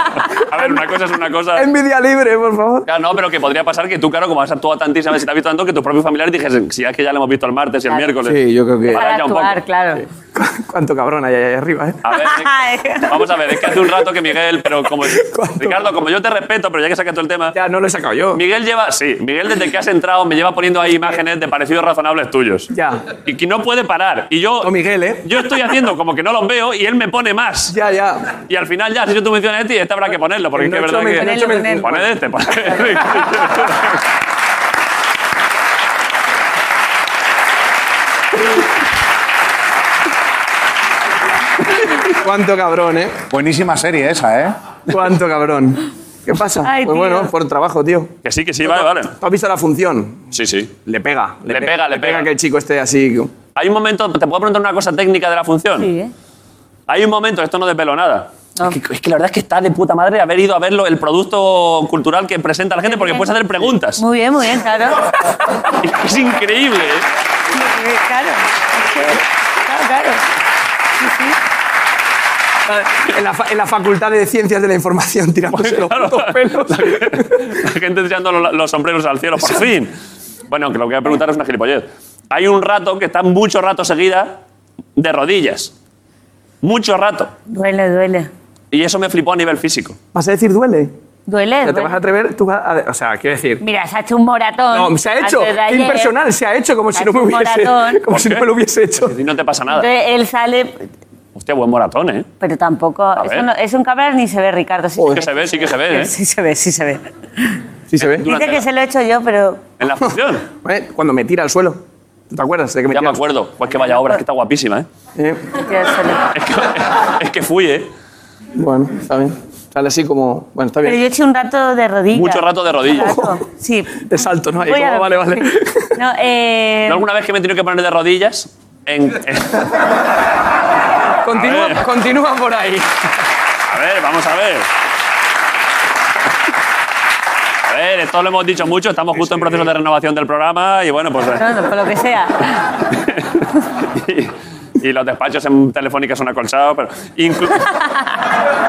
Speaker 1: a ver, una cosa es una cosa.
Speaker 8: Envidia libre, por favor.
Speaker 1: Claro, no, pero que podría pasar que tú, claro, como has actuado tantísimas veces y te has visto tanto, que tus propios familiares dijesen, si es que ya lo hemos visto el martes y el
Speaker 7: Claro.
Speaker 1: miércoles.
Speaker 8: Sí, yo creo que.
Speaker 1: Para
Speaker 7: Para
Speaker 1: ya un
Speaker 7: actuar,
Speaker 1: poco.
Speaker 7: claro.
Speaker 8: Cuánto cabrón hay ahí arriba, ¿eh?
Speaker 1: A ver, Ric- vamos a ver, es que hace un rato que Miguel, pero como.
Speaker 8: ¿Cuánto?
Speaker 1: Ricardo, como yo te respeto, pero ya que sacas todo el tema.
Speaker 8: Ya no lo he sacado yo.
Speaker 1: Miguel lleva. Sí, Miguel desde que has entrado me lleva poniendo ahí imágenes de parecidos razonables tuyos.
Speaker 8: Ya.
Speaker 1: Y que no puede parar. Y yo.
Speaker 8: O Miguel, ¿eh?
Speaker 1: Yo estoy haciendo como que no los veo y él me pone más.
Speaker 8: Ya, ya.
Speaker 1: Y al final ya, si yo tú mencionas este, este habrá que ponerlo, porque es
Speaker 8: No
Speaker 1: que
Speaker 8: he
Speaker 1: es
Speaker 8: hecho men-
Speaker 1: verdad
Speaker 8: no he hecho
Speaker 1: que...
Speaker 8: men-
Speaker 1: Poned este, poned este.
Speaker 8: Cuánto cabrón, ¿eh?
Speaker 5: Buenísima serie esa, ¿eh?
Speaker 8: Cuánto cabrón. ¿Qué pasa?
Speaker 7: Ay,
Speaker 8: pues
Speaker 7: tío.
Speaker 8: bueno, por trabajo, tío.
Speaker 1: Que sí, que sí, vale, vale.
Speaker 8: ¿Tú has visto la función?
Speaker 1: Sí, sí.
Speaker 8: Le pega.
Speaker 1: Le pega, le pega.
Speaker 8: que el chico esté así.
Speaker 1: Hay un momento, ¿te puedo preguntar una cosa técnica de la función?
Speaker 7: Sí, ¿eh?
Speaker 1: Hay un momento, esto no desvelo nada.
Speaker 7: No.
Speaker 1: Es, que, es que la verdad es que está de puta madre haber ido a verlo, el producto cultural que presenta la gente, porque puedes hacer preguntas.
Speaker 7: Muy bien, muy bien, claro.
Speaker 1: Es increíble. ¿eh?
Speaker 7: porque, claro, es que- claro, claro. Sí, sí.
Speaker 8: En la, fa- en la Facultad de Ciencias de la Información pues, tirándose
Speaker 1: Claro.
Speaker 8: los putos pelos.
Speaker 1: La gente tirando lo- los sombreros al cielo, por fin. Bueno, que lo que voy a preguntar es una gilipollez. Hay un rato que está mucho rato seguida de rodillas. Mucho rato.
Speaker 7: Duele, duele.
Speaker 1: Y eso me flipó a nivel físico.
Speaker 8: ¿Vas a decir duele?
Speaker 7: Duele,
Speaker 8: ¿Te
Speaker 7: duele.
Speaker 8: vas a atrever? Tú vas a- o sea, quiero decir...
Speaker 7: Mira, se ha hecho un moratón.
Speaker 8: No, se ha hecho.
Speaker 7: antes
Speaker 8: Qué
Speaker 7: de ayer.
Speaker 8: impersonal, se ha hecho como si
Speaker 7: Hace
Speaker 8: no me
Speaker 7: un
Speaker 8: hubiese...
Speaker 7: moratón.
Speaker 8: Como si no me lo hubiese hecho.
Speaker 1: Es decir, no te pasa nada.
Speaker 7: Entonces él sale,
Speaker 1: Hostia, buen moratón, ¿eh?
Speaker 7: pero tampoco. Eso,
Speaker 1: ver.
Speaker 7: no- eso en cámara ni se ve, Ricardo. Sí,
Speaker 1: Sí que se ve, sí que se ve, ¿eh?
Speaker 7: Sí se ve, sí se ve.
Speaker 8: Sí se ve.
Speaker 1: Durante
Speaker 7: Dice que
Speaker 1: la-
Speaker 7: se lo he hecho yo, pero
Speaker 1: En la función.
Speaker 8: Eh, Cuando me tira al suelo. ¿Tú ¿Te acuerdas de que me
Speaker 1: Ya me
Speaker 8: tira al
Speaker 1: acuerdo. Pues que vaya obra, es que está guapísima, ¿eh?
Speaker 8: suelo? Eh,
Speaker 7: yo se lo-
Speaker 1: Es que, es que fui, ¿eh?
Speaker 8: bueno, está bien. Sale así como... Bueno, está
Speaker 7: Pero
Speaker 8: bien.
Speaker 7: yo he hecho un rato de rodillas.
Speaker 1: Mucho rato de rodillas.
Speaker 7: Rato, Sí.
Speaker 8: Te salto, ¿no? Ahí
Speaker 1: eh,
Speaker 7: Voy a-
Speaker 8: como, vale, vale.
Speaker 7: No, eh,
Speaker 1: ¿No alguna vez que me he tenido que poner de rodillas? En- en- A ver.
Speaker 8: Continúa, continúa por ahí.
Speaker 1: A ver, vamos a ver. A ver, esto lo hemos dicho mucho, estamos justo en proceso de renovación del programa y bueno, pues... eh,
Speaker 7: no, no, por lo que sea.
Speaker 1: y, y los despachos en Telefónica son acolchados, pero... inclu-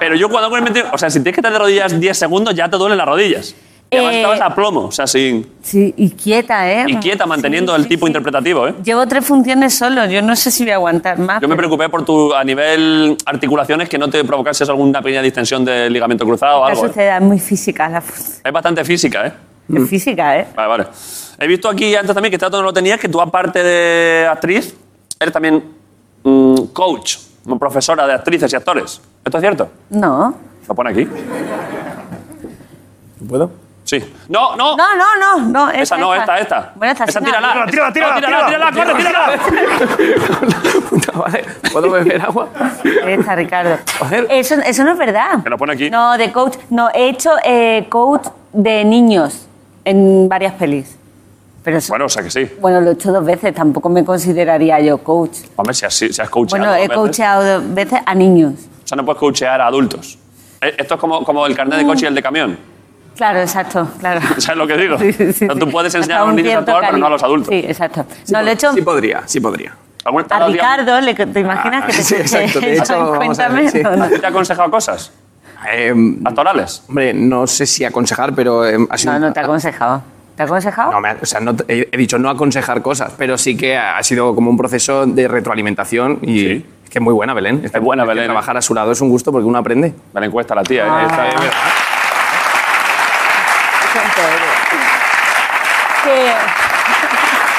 Speaker 1: pero yo cuando hago el metido- O sea, si tienes que estar de rodillas 10 segundos, ya te duelen las rodillas. Y además
Speaker 7: Eh.
Speaker 1: estabas a plomo, o sea, sin...
Speaker 7: Sí, y quieta, ¿eh?
Speaker 1: Y quieta, manteniendo
Speaker 7: Sí,
Speaker 1: el
Speaker 7: sí,
Speaker 1: tipo
Speaker 7: sí.
Speaker 1: interpretativo, ¿eh?
Speaker 7: Llevo tres funciones solo, yo no sé si voy a aguantar más.
Speaker 1: Yo me
Speaker 7: pero
Speaker 1: preocupé por tu, a nivel articulaciones, que no te provocases alguna pequeña distensión de ligamento cruzado o
Speaker 7: La
Speaker 1: algo. ¿eh?
Speaker 7: sociedad es muy física, la fu-
Speaker 1: Es bastante física, ¿eh?
Speaker 7: es física, ¿eh?
Speaker 1: Vale, vale. He visto aquí antes también que este dato no lo tenías, que tú, aparte de actriz, eres también mm, coach, como profesora de actrices y actores. ¿Esto es cierto?
Speaker 7: No.
Speaker 1: Lo pone aquí.
Speaker 8: ¿Puedo?
Speaker 1: Sí. No, no.
Speaker 7: No, no, no, no.
Speaker 1: esa, no, esta, esta.
Speaker 7: Bueno, esta
Speaker 1: esa,
Speaker 7: sí,
Speaker 1: tírala.
Speaker 7: no.
Speaker 6: Tírala, tírala,
Speaker 1: No, tírala, tírala,
Speaker 6: tírala.
Speaker 1: corre, tírala.
Speaker 8: Puta madre. ¿Puedo beber agua?
Speaker 7: Esta, Ricardo.
Speaker 8: Joder.
Speaker 7: Eso, eso no es verdad.
Speaker 1: Que lo pone aquí.
Speaker 7: No, de coach. No, he hecho eh, coach de niños en varias pelis. Pero eso-
Speaker 1: Bueno, o sea que sí.
Speaker 7: bueno, lo he hecho dos veces, tampoco me consideraría yo coach.
Speaker 1: Hombre, si has, si has coacheado.
Speaker 7: Bueno,
Speaker 1: dos
Speaker 7: he
Speaker 1: veces.
Speaker 7: coacheado dos veces a niños.
Speaker 1: O sea, no puedes coachear a adultos. Eh, Esto es como, como el carnet de coche y el de camión.
Speaker 7: Claro, exacto, claro.
Speaker 1: ¿Sabes lo que digo?
Speaker 7: Sí, sí, sí.
Speaker 1: O sea, tú puedes
Speaker 7: Hasta
Speaker 1: enseñar a los
Speaker 7: un
Speaker 1: niños a
Speaker 7: cierto
Speaker 1: actuar, pero no a
Speaker 7: cariño.
Speaker 1: los adultos.
Speaker 7: Sí, exacto. no, lo he hecho
Speaker 8: Sí podría, sí podría.
Speaker 1: ¿Alguna vez te has
Speaker 7: a
Speaker 1: dado día-
Speaker 7: Ricardo, le- ¿te imaginas
Speaker 8: Ah,
Speaker 7: que te
Speaker 8: sí, exacto, de hecho, vamos a ver, sí.
Speaker 7: Cuéntame, ¿o no?
Speaker 1: ¿Te ha aconsejado cosas?
Speaker 8: Eh,
Speaker 1: ¿Actorales?
Speaker 8: hombre, no sé si aconsejar, pero eh, ha sido...
Speaker 7: No, no te ha aconsejado. ¿Te ha aconsejado?
Speaker 8: No, me ha- o sea, no te- he, he dicho no aconsejar cosas, pero sí que ha, ha sido como un proceso de retroalimentación y
Speaker 1: Sí.
Speaker 8: es que es muy buena Belén. que-
Speaker 1: buena,
Speaker 8: que
Speaker 1: Belén.
Speaker 8: Trabajar a su lado es un gusto porque uno aprende.
Speaker 1: Me la encuesta la tía. ¿eh?
Speaker 7: Ah.
Speaker 1: Esta-
Speaker 7: Que,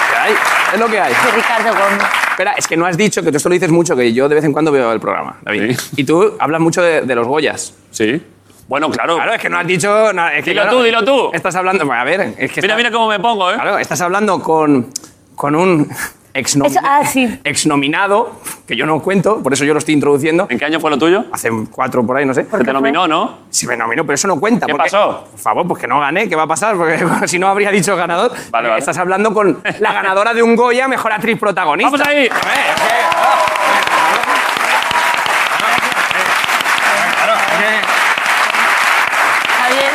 Speaker 8: ¿Qué hay? Es lo que hay.
Speaker 7: que Ricardo Gómez.
Speaker 8: Espera, es que no has dicho, que tú esto lo dices mucho, que yo de vez en cuando veo el programa, David.
Speaker 1: Sí.
Speaker 8: Y tú hablas mucho de, de los Goyas.
Speaker 1: Sí. Bueno, claro.
Speaker 8: Claro, es que no has dicho... na- es que,
Speaker 1: Dilo
Speaker 8: claro,
Speaker 1: tú, dilo tú.
Speaker 8: Estás hablando... Bueno, a ver, es que...
Speaker 1: Mira,
Speaker 8: está-
Speaker 1: mira cómo me pongo, ¿eh?
Speaker 8: Claro, estás hablando con, con un
Speaker 7: Eso-
Speaker 8: exnominado,
Speaker 7: ah, sí.
Speaker 8: exnominado, que yo no cuento, por eso yo lo estoy introduciendo.
Speaker 1: ¿En qué año fue lo tuyo?
Speaker 8: Hace cuatro por ahí, no sé.
Speaker 1: Se te nominó, ¿no?
Speaker 8: Si me nominó, pero eso no cuenta.
Speaker 1: ¿Qué
Speaker 8: porque-
Speaker 1: pasó?
Speaker 8: Por favor, pues que no gané. ¿Qué va a pasar? Porque si no habría dicho ganador.
Speaker 1: Vale, vale.
Speaker 8: Estás hablando con la ganadora de un Goya, mejor actriz protagonista.
Speaker 1: ¡Vamos ahí!
Speaker 8: A ver, es que- Claro, es
Speaker 7: Javier,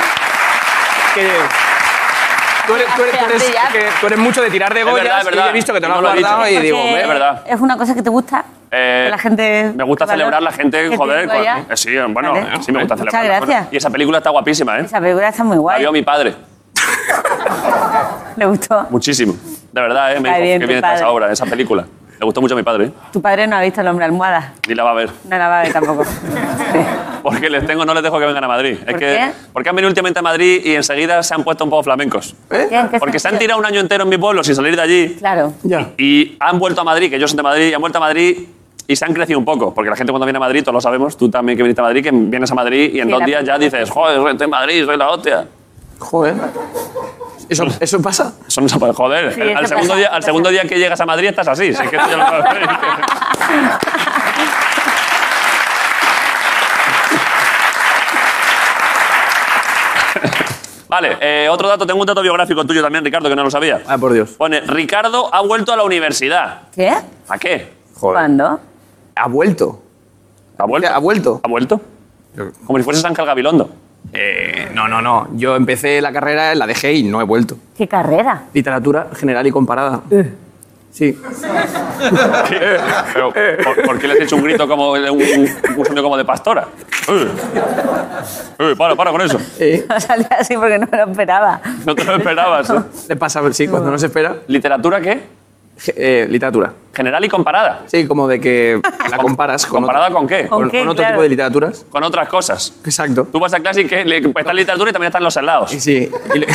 Speaker 8: que- que- Tú eres, tú eres- tú eres-
Speaker 7: Ya.
Speaker 8: que tú eres mucho de tirar de
Speaker 1: Es verdad,
Speaker 8: Goya.
Speaker 1: es verdad.
Speaker 8: he visto que te
Speaker 1: Y
Speaker 8: lo
Speaker 1: no
Speaker 8: has
Speaker 1: lo he
Speaker 8: guardado
Speaker 1: dicho.
Speaker 8: y digo,
Speaker 7: porque
Speaker 1: es verdad.
Speaker 7: Es una cosa que te gusta.
Speaker 1: Eh,
Speaker 7: que la gente.
Speaker 1: Me gusta
Speaker 7: valora.
Speaker 1: celebrar la gente,
Speaker 7: Que
Speaker 1: joder.
Speaker 7: te digo
Speaker 1: con-
Speaker 7: ya.
Speaker 1: eh, Sí, bueno,
Speaker 7: Vale.
Speaker 1: sí me gusta celebrar.
Speaker 7: Muchas gracias.
Speaker 1: Y esa película está guapísima, ¿eh?
Speaker 7: Esa película está muy
Speaker 1: La
Speaker 7: guay.
Speaker 1: vio mi padre.
Speaker 7: Le gustó.
Speaker 1: Muchísimo. De verdad, ¿eh? Me
Speaker 7: Está
Speaker 1: dijo
Speaker 7: bien,
Speaker 1: que
Speaker 7: tu
Speaker 1: viene esa
Speaker 7: padre.
Speaker 1: obra, esa película. Le gustó mucho a mi padre, ¿eh?
Speaker 7: Tu padre no ha visto el hombre almohada.
Speaker 1: Ni la va a ver.
Speaker 7: No la va a ver tampoco. Sí.
Speaker 1: Porque les tengo, no les dejo que vengan a Madrid. Es
Speaker 7: ¿Por
Speaker 1: que,
Speaker 7: qué?
Speaker 1: Porque han venido últimamente a Madrid y enseguida se han puesto un poco flamencos.
Speaker 7: ¿Qué? ¿En qué
Speaker 1: Porque se han
Speaker 7: sentido?
Speaker 1: tirado un año entero en mi pueblo sin salir de allí.
Speaker 7: Claro.
Speaker 8: Ya.
Speaker 1: Y han vuelto a Madrid, que yo soy de Madrid, y han vuelto a Madrid y se han crecido un poco. Porque la gente cuando viene a Madrid, todos lo sabemos, tú también que viniste a Madrid, que vienes a Madrid y en
Speaker 7: Sí,
Speaker 1: dos
Speaker 7: la
Speaker 1: días ya
Speaker 7: primera
Speaker 1: dices, joder, estoy en Madrid, soy la hostia.
Speaker 8: Joder. ¿Eso, eso pasa?
Speaker 1: Eso no se puede joder.
Speaker 7: Sí,
Speaker 1: al,
Speaker 7: eso
Speaker 1: segundo
Speaker 7: pasa,
Speaker 1: día, al
Speaker 7: pasa.
Speaker 1: segundo día que llegas a Madrid estás así. si es que eso ya lo sabes. Vale, eh, otro dato, tengo un dato biográfico tuyo también, Ricardo, que no lo sabía.
Speaker 8: Ah, por Dios.
Speaker 1: Pone, Ricardo ha vuelto a la universidad.
Speaker 7: ¿Qué?
Speaker 1: ¿A qué?
Speaker 7: ¿Cuándo?
Speaker 8: Ha vuelto.
Speaker 1: ¿Ha vuelto?
Speaker 8: ¿Ha vuelto?
Speaker 1: ¿Ha vuelto? Como si fueses Ángel Gabilondo.
Speaker 8: Eh, no, no, no. Yo empecé la carrera, la dejé y no he vuelto.
Speaker 7: ¿Qué carrera?
Speaker 8: Literatura general y comparada. Sí.
Speaker 1: Pero, ¿por, por qué le has hecho un grito como un, un- un sonido como de pastora? Uy. Uy, para, para con eso.
Speaker 8: Eh,
Speaker 7: Salía así porque no me lo esperaba.
Speaker 1: No te lo esperabas. ¿eh?
Speaker 8: Le pasa, sí, cuando no se espera.
Speaker 1: ¿Literatura qué?
Speaker 8: Je- eh, literatura.
Speaker 1: General y comparada.
Speaker 8: Sí, como de que la comparas con,
Speaker 1: ¿Comparada
Speaker 8: otra-
Speaker 1: con qué?
Speaker 8: con-
Speaker 7: ¿Con qué?
Speaker 8: con otro
Speaker 7: Claro.
Speaker 8: tipo de literaturas.
Speaker 1: Con otras cosas.
Speaker 8: Exacto.
Speaker 1: Tú vas a clase y que le- está literatura y también están los helados.
Speaker 8: Y sí. y le-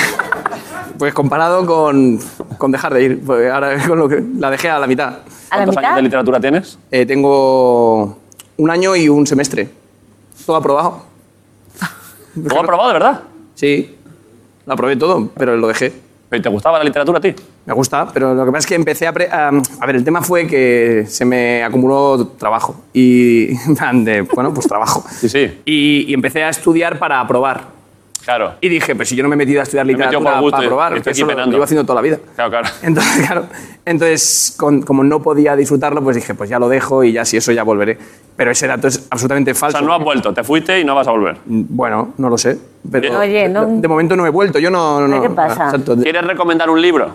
Speaker 8: pues comparado con, con dejar de ir. porque ahora con lo que, la dejé a la mitad.
Speaker 7: A la
Speaker 1: ¿Cuántos años
Speaker 7: mitad.
Speaker 1: de literatura tienes?
Speaker 8: Eh, tengo un año y un semestre. Todo aprobado.
Speaker 1: ¿Lo has probado, de verdad?
Speaker 8: Sí. Lo aprobé todo, pero lo dejé.
Speaker 1: ¿Pero te gustaba la literatura a ti?
Speaker 8: Me gusta, pero lo que pasa es que empecé a... pre- a, a ver, el tema fue que se me acumuló trabajo. Y... en plan de, bueno, pues trabajo.
Speaker 1: Sí, sí.
Speaker 8: Y, y empecé a estudiar para aprobar.
Speaker 1: Claro.
Speaker 8: Y dije, pues si yo no me he metido a estudiar
Speaker 1: he metido
Speaker 8: literatura
Speaker 1: por gusto,
Speaker 8: para aprobar,
Speaker 1: estoy aquí
Speaker 8: eso lo
Speaker 1: penando.
Speaker 8: llevo haciendo toda la vida.
Speaker 1: Claro, claro.
Speaker 8: Entonces, claro, entonces con- como no podía disfrutarlo, pues dije, pues ya lo dejo y ya si eso ya volveré. Pero ese dato es absolutamente
Speaker 1: O
Speaker 8: falso.
Speaker 1: sea, no has vuelto, te fuiste y no vas a volver.
Speaker 8: Bueno, no lo sé.
Speaker 1: Eh,
Speaker 8: Pero
Speaker 7: Oye, no-
Speaker 8: de, de momento no he vuelto. Yo no. no- no-
Speaker 7: ¿Qué pasa?
Speaker 8: Exacto. De-
Speaker 1: ¿Quieres recomendar un libro?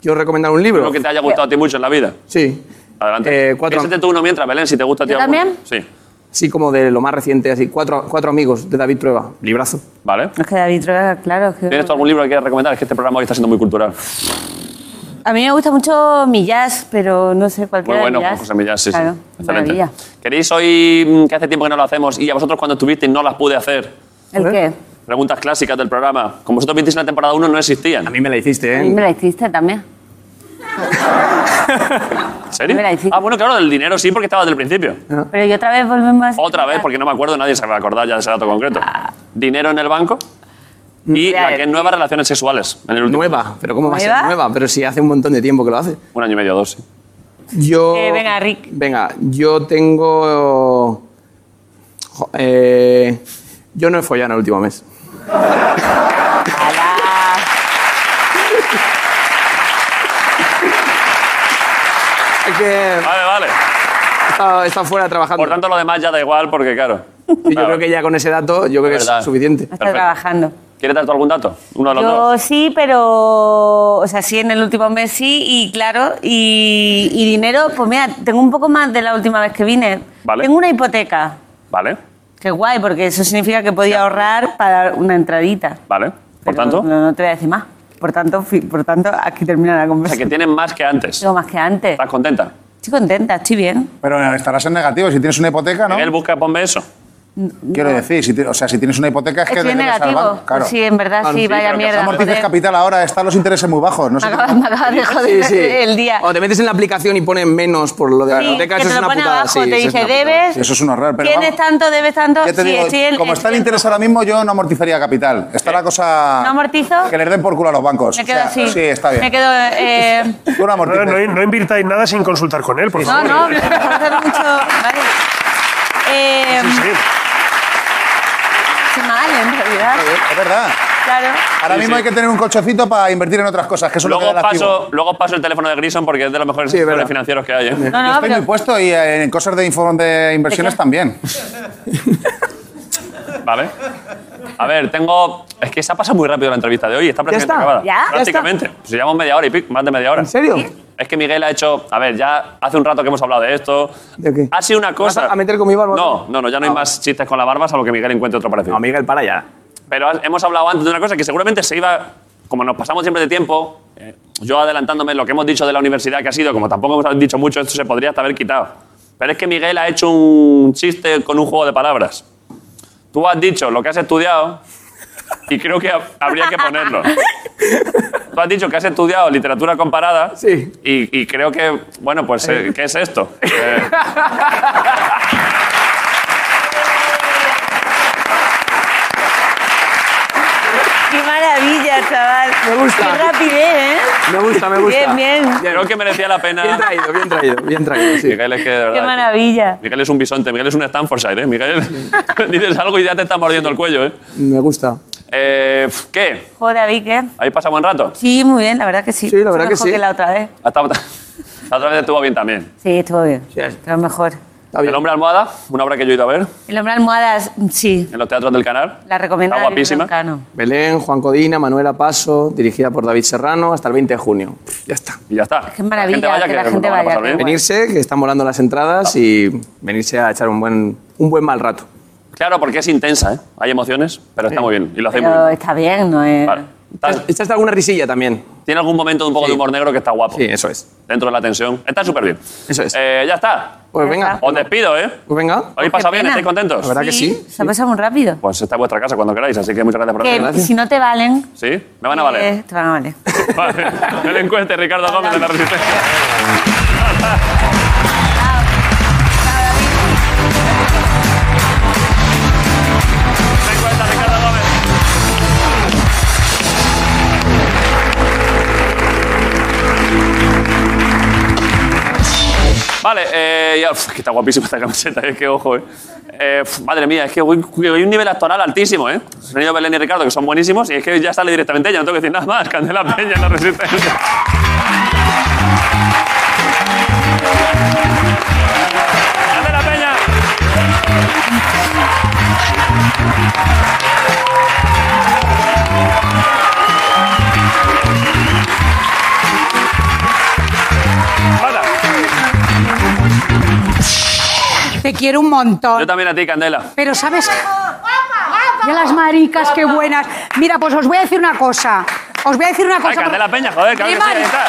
Speaker 8: Quiero recomendar un libro.
Speaker 1: Uno que te haya gustado a ti mucho en la vida.
Speaker 8: Sí.
Speaker 1: Adelante.
Speaker 8: Eh, cuatro,
Speaker 1: Piénsate tú uno mientras, Belén, si te gusta a ti
Speaker 7: ¿Yo
Speaker 1: alguno.
Speaker 7: también?
Speaker 1: Sí.
Speaker 8: sí, como de lo más reciente, así. Cuatro, cuatro amigos de David Trueba. Librazo.
Speaker 1: Vale.
Speaker 7: Es que David Trueba, claro. es que-
Speaker 1: ¿Tienes tú algún libro que quieras recomendar? Es que este programa hoy está siendo muy cultural.
Speaker 7: A mí me gusta mucho mi jazz, pero no sé cuál
Speaker 1: Muy Pues bueno, Juan José Millán, sí, sí. Excelente. ¿Queréis hoy, mm, que hace tiempo que no lo hacemos, y a vosotros cuando estuvisteis no las pude hacer?
Speaker 7: ¿El qué?
Speaker 1: Preguntas clásicas del programa. Como vosotros visteis en la temporada 1, no existían.
Speaker 8: A mí me la hiciste,
Speaker 7: A
Speaker 8: ¿eh?
Speaker 7: mí me la hiciste también.
Speaker 1: ¿En serio?
Speaker 7: me la hiciste.
Speaker 1: Ah, bueno, claro, del dinero sí, porque estaba desde el principio.
Speaker 7: Pero yo otra vez volvemos a...
Speaker 1: Otra vez, porque no me acuerdo, nadie se va a acordar ya de ese dato concreto. Dinero en el banco y
Speaker 7: Ya,
Speaker 1: la que es nuevas relaciones sexuales. En el último.
Speaker 8: Nueva. ¿Pero cómo va a ser
Speaker 7: ¿Nueva?
Speaker 8: nueva? Pero si hace un montón de tiempo que lo hace.
Speaker 1: Un año y medio, dos. sí.
Speaker 8: Yo.
Speaker 7: Eh, venga, Rick.
Speaker 8: Venga, yo tengo. jo- eh, yo no he follado en el último mes.
Speaker 7: Ah, ¡Hala!
Speaker 8: Es que
Speaker 1: Vale, vale.
Speaker 8: he estado, he estado fuera trabajando.
Speaker 1: Por tanto, lo demás ya da igual, porque claro.
Speaker 8: Y yo creo que ya con ese dato, yo creo que
Speaker 1: Verdad.
Speaker 8: es suficiente.
Speaker 7: Está trabajando.
Speaker 1: ¿Quieres dar tú algún dato? Uno de los dos.
Speaker 7: Yo sí, pero. O sea, sí, en el último mes sí, y claro, y, y dinero, pues mira, tengo un poco más de la última vez que vine.
Speaker 1: Vale.
Speaker 7: Tengo una hipoteca.
Speaker 1: Vale,
Speaker 7: Qué guay, porque eso significa que podía ahorrar para una entradita.
Speaker 1: vale. Por
Speaker 7: Pero
Speaker 1: tanto, o
Speaker 7: No, no te voy a decir más. Por tanto, fi- por tanto aquí termina la
Speaker 1: sea, que
Speaker 7: conversación.
Speaker 1: tienen más que antes.
Speaker 7: Tengo más que antes.
Speaker 1: ¿Estás contenta?
Speaker 7: Estoy contenta, estoy bien.
Speaker 5: Pero estarás en negativo. Si tienes una hipoteca, ¿no?
Speaker 1: Miguel, busca, ponme eso.
Speaker 5: Quiero decir, si ti- o sea, si tienes una hipoteca es que
Speaker 7: estoy en
Speaker 5: le debes al
Speaker 7: negativo.
Speaker 5: banco, Claro. Ah,
Speaker 7: Sí, en verdad, sí, vaya
Speaker 1: pero que
Speaker 7: mierda.
Speaker 1: somos
Speaker 5: Amortices
Speaker 7: joder.
Speaker 5: capital ahora, están los intereses muy bajos. No sé
Speaker 7: Me acabas, me acabas de joder el día.
Speaker 8: O te metes en la aplicación y pones menos por lo de la
Speaker 7: Sí,
Speaker 8: biblioteca,
Speaker 7: que
Speaker 8: eso
Speaker 7: te
Speaker 8: es
Speaker 7: lo
Speaker 8: una
Speaker 7: pone
Speaker 8: putada.
Speaker 7: abajo,
Speaker 8: sí,
Speaker 7: te
Speaker 8: eso es
Speaker 7: dice
Speaker 8: una putada.
Speaker 7: debes.
Speaker 5: Eso es un horror, pero
Speaker 7: ¿Tienes
Speaker 5: vamos.
Speaker 7: tanto, debes tanto?
Speaker 5: Ya te
Speaker 7: sí,
Speaker 5: digo,
Speaker 7: estoy en-
Speaker 5: como está el
Speaker 7: estoy en-
Speaker 5: interés ahora mismo, yo no amortizaría capital. Está la cosa.
Speaker 7: ¿No amortizo?
Speaker 5: Que les den por culo a los bancos.
Speaker 7: Me
Speaker 5: O
Speaker 7: quedo
Speaker 5: sea,
Speaker 7: así.
Speaker 5: Sí, está bien.
Speaker 7: Me quedo. eh,
Speaker 5: Tú no
Speaker 6: No,
Speaker 5: amortices.
Speaker 6: no, no invirtáis nada sin consultar con él, por
Speaker 7: no,
Speaker 6: favor.
Speaker 7: no, me hace mucho. Vale. Eh,
Speaker 6: Sí, sí.
Speaker 7: estoy Eh, mal, en realidad.
Speaker 5: Es verdad.
Speaker 7: Claro.
Speaker 5: Ahora mismo hay que tener un colchocito para invertir en otras cosas, que eso es lo que
Speaker 1: Luego
Speaker 5: da el activo.
Speaker 1: paso, luego paso el teléfono de Grison porque es de los mejores
Speaker 8: Sí, es
Speaker 1: sectores
Speaker 8: verdad.
Speaker 1: financieros que hay. ¿eh?
Speaker 7: No,
Speaker 5: Yo
Speaker 7: no,
Speaker 5: estoy muy
Speaker 7: pero.
Speaker 5: puesto y eh, en cosas de, info- de inversiones
Speaker 7: ¿De qué?
Speaker 5: también.
Speaker 1: Vale. A ver, tengo. Es que se ha pasado muy rápido la entrevista de hoy. Está prácticamente
Speaker 8: está?
Speaker 1: acabada.
Speaker 7: ¿Ya? ¿Ya está?
Speaker 1: Prácticamente. Si llevamos media hora y pico, más de media hora.
Speaker 8: ¿En serio?
Speaker 1: Es que Miguel ha hecho. A ver, ya hace un rato que hemos hablado de esto.
Speaker 8: ¿De qué?
Speaker 1: Ha sido una cosa.
Speaker 8: ¿Vas a- a meter con mi barba?
Speaker 1: No, no, no, ya no hay
Speaker 8: Ah,
Speaker 1: más chistes con la barba, salvo que Miguel encuentre otro parecido.
Speaker 8: No, Miguel, para ya.
Speaker 1: Pero has- hemos hablado antes de una cosa que seguramente se iba, como nos pasamos siempre de tiempo, eh, yo adelantándome lo que hemos dicho de la universidad que ha sido, como tampoco hemos dicho mucho, esto se podría hasta haber quitado. Pero es que Miguel ha hecho un chiste con un juego de palabras. Tú has dicho lo que has estudiado y creo que ha- habría que ponerlo. Tú has dicho que has estudiado literatura comparada
Speaker 8: Sí.
Speaker 1: y, y creo que, bueno, pues, eh, ¿qué es esto? Eh,
Speaker 7: Qué maravilla, chaval.
Speaker 8: Me gusta.
Speaker 7: Qué rapidez, ¿eh?
Speaker 8: Me gusta, me gusta.
Speaker 7: Bien, bien.
Speaker 1: creo que merecía la pena.
Speaker 8: Bien traído, bien traído, bien traído. Sí.
Speaker 1: Miguel es que, de verdad,
Speaker 7: Qué maravilla.
Speaker 1: Miguel es un bisonte, Miguel es un Stanfordshire, ¿eh? Miguel, dices algo y ya te está mordiendo el cuello, ¿eh?
Speaker 8: Me gusta.
Speaker 1: Eh, pf, ¿Qué?
Speaker 7: Joder, David, ¿qué?
Speaker 1: ¿Ahí pasa buen rato?
Speaker 7: Sí, muy bien, la verdad que sí.
Speaker 8: Sí, la verdad
Speaker 7: Mucho
Speaker 8: que
Speaker 7: mejor
Speaker 8: sí.
Speaker 7: que la otra vez.
Speaker 1: Hasta, la otra vez estuvo bien también.
Speaker 7: Sí, estuvo bien.
Speaker 8: Sí.
Speaker 7: Pero mejor.
Speaker 8: Está Ah, bien.
Speaker 1: El hombre almohada, una obra que yo he ido a ver
Speaker 7: El hombre almohadas, mm, sí,
Speaker 1: en los teatros del canal.
Speaker 7: la recomiendo.
Speaker 1: Está
Speaker 7: a Ariel
Speaker 1: guapísima.
Speaker 7: Broncano.
Speaker 8: Belén, Juan Codina, Manuela Paso, dirigida por David Serrano, hasta el 20 de junio. Ya está.
Speaker 1: Y ya está.
Speaker 7: Qué maravilla, que la
Speaker 1: nos
Speaker 7: gente
Speaker 1: lo van a
Speaker 7: vaya,
Speaker 1: pasar
Speaker 7: qué
Speaker 1: bien.
Speaker 7: guay.
Speaker 8: Venirse, que están volando las entradas, y venirse a echar un buen, un buen mal rato.
Speaker 1: Claro, porque es intensa, ¿eh? Hay emociones, pero está muy bien. Y lo hacéis muy
Speaker 7: Pero
Speaker 8: eh,
Speaker 1: bien.
Speaker 7: está bien, ¿no? es?
Speaker 1: Vale. Tal-
Speaker 8: Echaste alguna risilla también.
Speaker 1: Tiene algún momento de un poco
Speaker 8: Sí.
Speaker 1: de humor negro que está guapo.
Speaker 8: Sí, eso es.
Speaker 1: Dentro de la tensión. Está súper bien.
Speaker 8: Eso es.
Speaker 1: Eh, ya está.
Speaker 8: Pues venga.
Speaker 1: Os despido, ¿eh?
Speaker 8: Pues venga.
Speaker 1: ¿Habéis pasado bien?
Speaker 7: pena.
Speaker 1: ¿Estáis contentos?
Speaker 8: La verdad que sí.
Speaker 7: Se ha pasado muy rápido.
Speaker 1: Pues está en vuestra casa cuando queráis, así que muchas gracias por
Speaker 7: Que
Speaker 1: venir.
Speaker 7: si no te valen.
Speaker 1: ¿Sí? ¿Me van a valer?
Speaker 7: eh, te van a valer.
Speaker 1: Vale. El encueste, Ricardo Gómez de la Resistencia. El encuesta, Ricardo Gómez. Vale, eh, ya, uf, que está guapísima esta camiseta, es que ojo, eh. Eh, uf, madre mía, es que hoy- que hay un nivel actoral altísimo, eh. Se han ido Belén y Ricardo, que son buenísimos, y es que ya sale directamente ella, no tengo que decir nada más. Candela Peña en la resistencia. Candela Peña. Anda.
Speaker 9: Te quiero un montón.
Speaker 1: Yo también a ti, Candela.
Speaker 9: Pero sabes. Ya las maricas, qué buenas. Mira, pues os voy a decir una cosa. Os voy a decir una
Speaker 1: Ay,
Speaker 9: cosa.
Speaker 1: Candela Peña, joder, claro que sí, ahí está.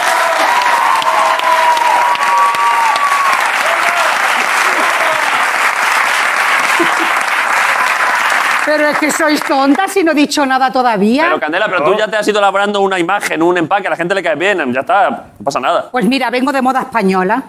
Speaker 9: Pero es que sois tontas y no he dicho nada todavía.
Speaker 1: Pero Candela, pero tú ya te has ido labrando una imagen, un empaque, a la gente le cae bien, ya está, no pasa nada.
Speaker 9: Pues mira, vengo de moda española.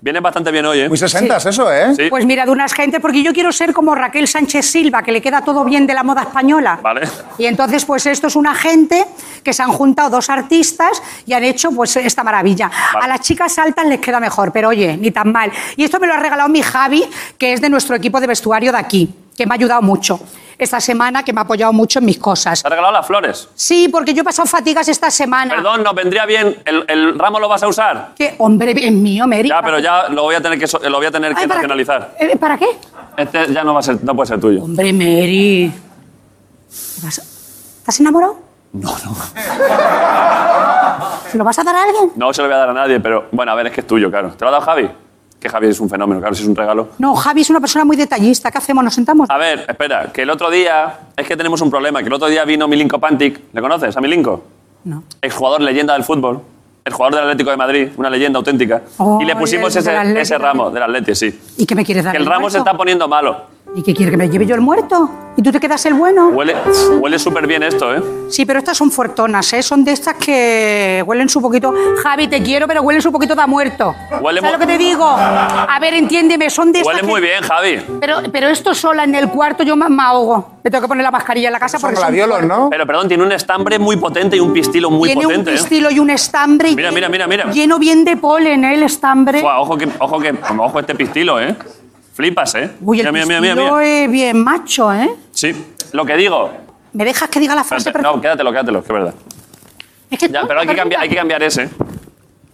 Speaker 1: Vienes bastante bien hoy, ¿eh?
Speaker 5: Muy sesentas eso, ¿eh?
Speaker 1: Sí.
Speaker 9: Pues mira, de unas gentes, porque yo quiero ser como Raquel Sánchez Silva, que le queda todo bien de la moda española.
Speaker 1: Vale.
Speaker 9: Y entonces, pues esto es una gente que se han juntado dos artistas y han hecho pues esta maravilla.
Speaker 1: Vale.
Speaker 9: A las chicas altas les queda mejor, pero oye, ni tan mal. Y esto me lo ha regalado mi Javi, que es de nuestro equipo de vestuario de aquí, que me ha ayudado mucho esta semana, que me ha apoyado mucho en mis cosas.
Speaker 1: Te ha regalado las flores.
Speaker 9: Sí, porque yo he pasado fatigas esta semana.
Speaker 1: Perdón, nos vendría bien. El, el ramo lo vas a usar.
Speaker 9: Que, hombre, es mío, Mary.
Speaker 1: Ya, pero ya lo voy a tener que, so- lo voy a tener que
Speaker 9: Ay, ¿para qué?
Speaker 1: nacionalizar.
Speaker 9: Eh, ¿Para qué?
Speaker 1: Este ya no va a ser, no puede ser tuyo.
Speaker 9: Hombre, Mary. ¿Qué pasa? ¿Estás enamorado? No, no. ¿Se lo vas a dar a alguien?
Speaker 1: No se lo voy a dar a nadie, pero bueno, a ver, es que es tuyo, claro. ¿Te lo ha dado Javi? Que Javi es un fenómeno, claro, si es un regalo.
Speaker 9: No, Javi es una persona muy detallista. ¿Qué hacemos? ¿Nos sentamos?
Speaker 1: A ver, espera, que el otro día. Es que tenemos un problema, que el otro día vino Milinko Pantic. ¿Le conoces a Milinko?
Speaker 9: No.
Speaker 1: Exjugador leyenda del fútbol. El jugador del Atlético de Madrid, una leyenda auténtica.
Speaker 9: Oh,
Speaker 1: y le pusimos
Speaker 9: el del
Speaker 1: ese,
Speaker 9: Atlético.
Speaker 1: ese ramo del Atleti, sí.
Speaker 9: ¿Y qué me quieres dar?
Speaker 1: Que el ramo se
Speaker 9: muerto?
Speaker 1: está poniendo malo.
Speaker 9: ¿Y qué quiere que me lleve yo el muerto? ¿Y tú te quedas el bueno?
Speaker 1: Huele, huele súper bien esto, ¿eh?
Speaker 9: Sí, pero estas son fuertonas, ¿eh? Son de estas que huelen su poquito. Javi, te quiero, pero huelen su poquito de a muerto.
Speaker 1: Huele
Speaker 9: ¿Sabes
Speaker 1: mu-
Speaker 9: lo que te digo? A ver, entiéndeme, son de estas.
Speaker 1: Huele
Speaker 9: que-
Speaker 1: muy bien, Javi.
Speaker 9: Pero, pero esto sola en el cuarto yo me, me ahogo. Me tengo que poner la mascarilla en la casa
Speaker 5: Son
Speaker 9: porque. son
Speaker 5: gladiolos,
Speaker 9: fuertes.
Speaker 5: ¿no?
Speaker 1: Pero perdón, tiene un estambre muy potente y un pistilo muy
Speaker 9: tiene
Speaker 1: potente.
Speaker 9: un
Speaker 1: ¿eh?
Speaker 9: estilo y un estambre
Speaker 1: Mira, mira, mira, mira.
Speaker 9: lleno bien de polen ¿eh? el estambre
Speaker 1: Buah, ojo que, ojo que, ojo este pistilo, ¿eh? Flipas, ¿eh?
Speaker 9: uy el
Speaker 1: mira, mira, mira,
Speaker 9: pistilo
Speaker 1: mira.
Speaker 9: es bien macho eh
Speaker 1: Sí, lo que digo.
Speaker 9: me dejas que diga la frase
Speaker 1: Espérate,
Speaker 9: perfecta?
Speaker 1: no, quédatelo, quédatelo, que es verdad.
Speaker 9: es que
Speaker 1: Ya,
Speaker 9: tú,
Speaker 1: pero hay que, cambiar, hay que cambiar ese. Perdón.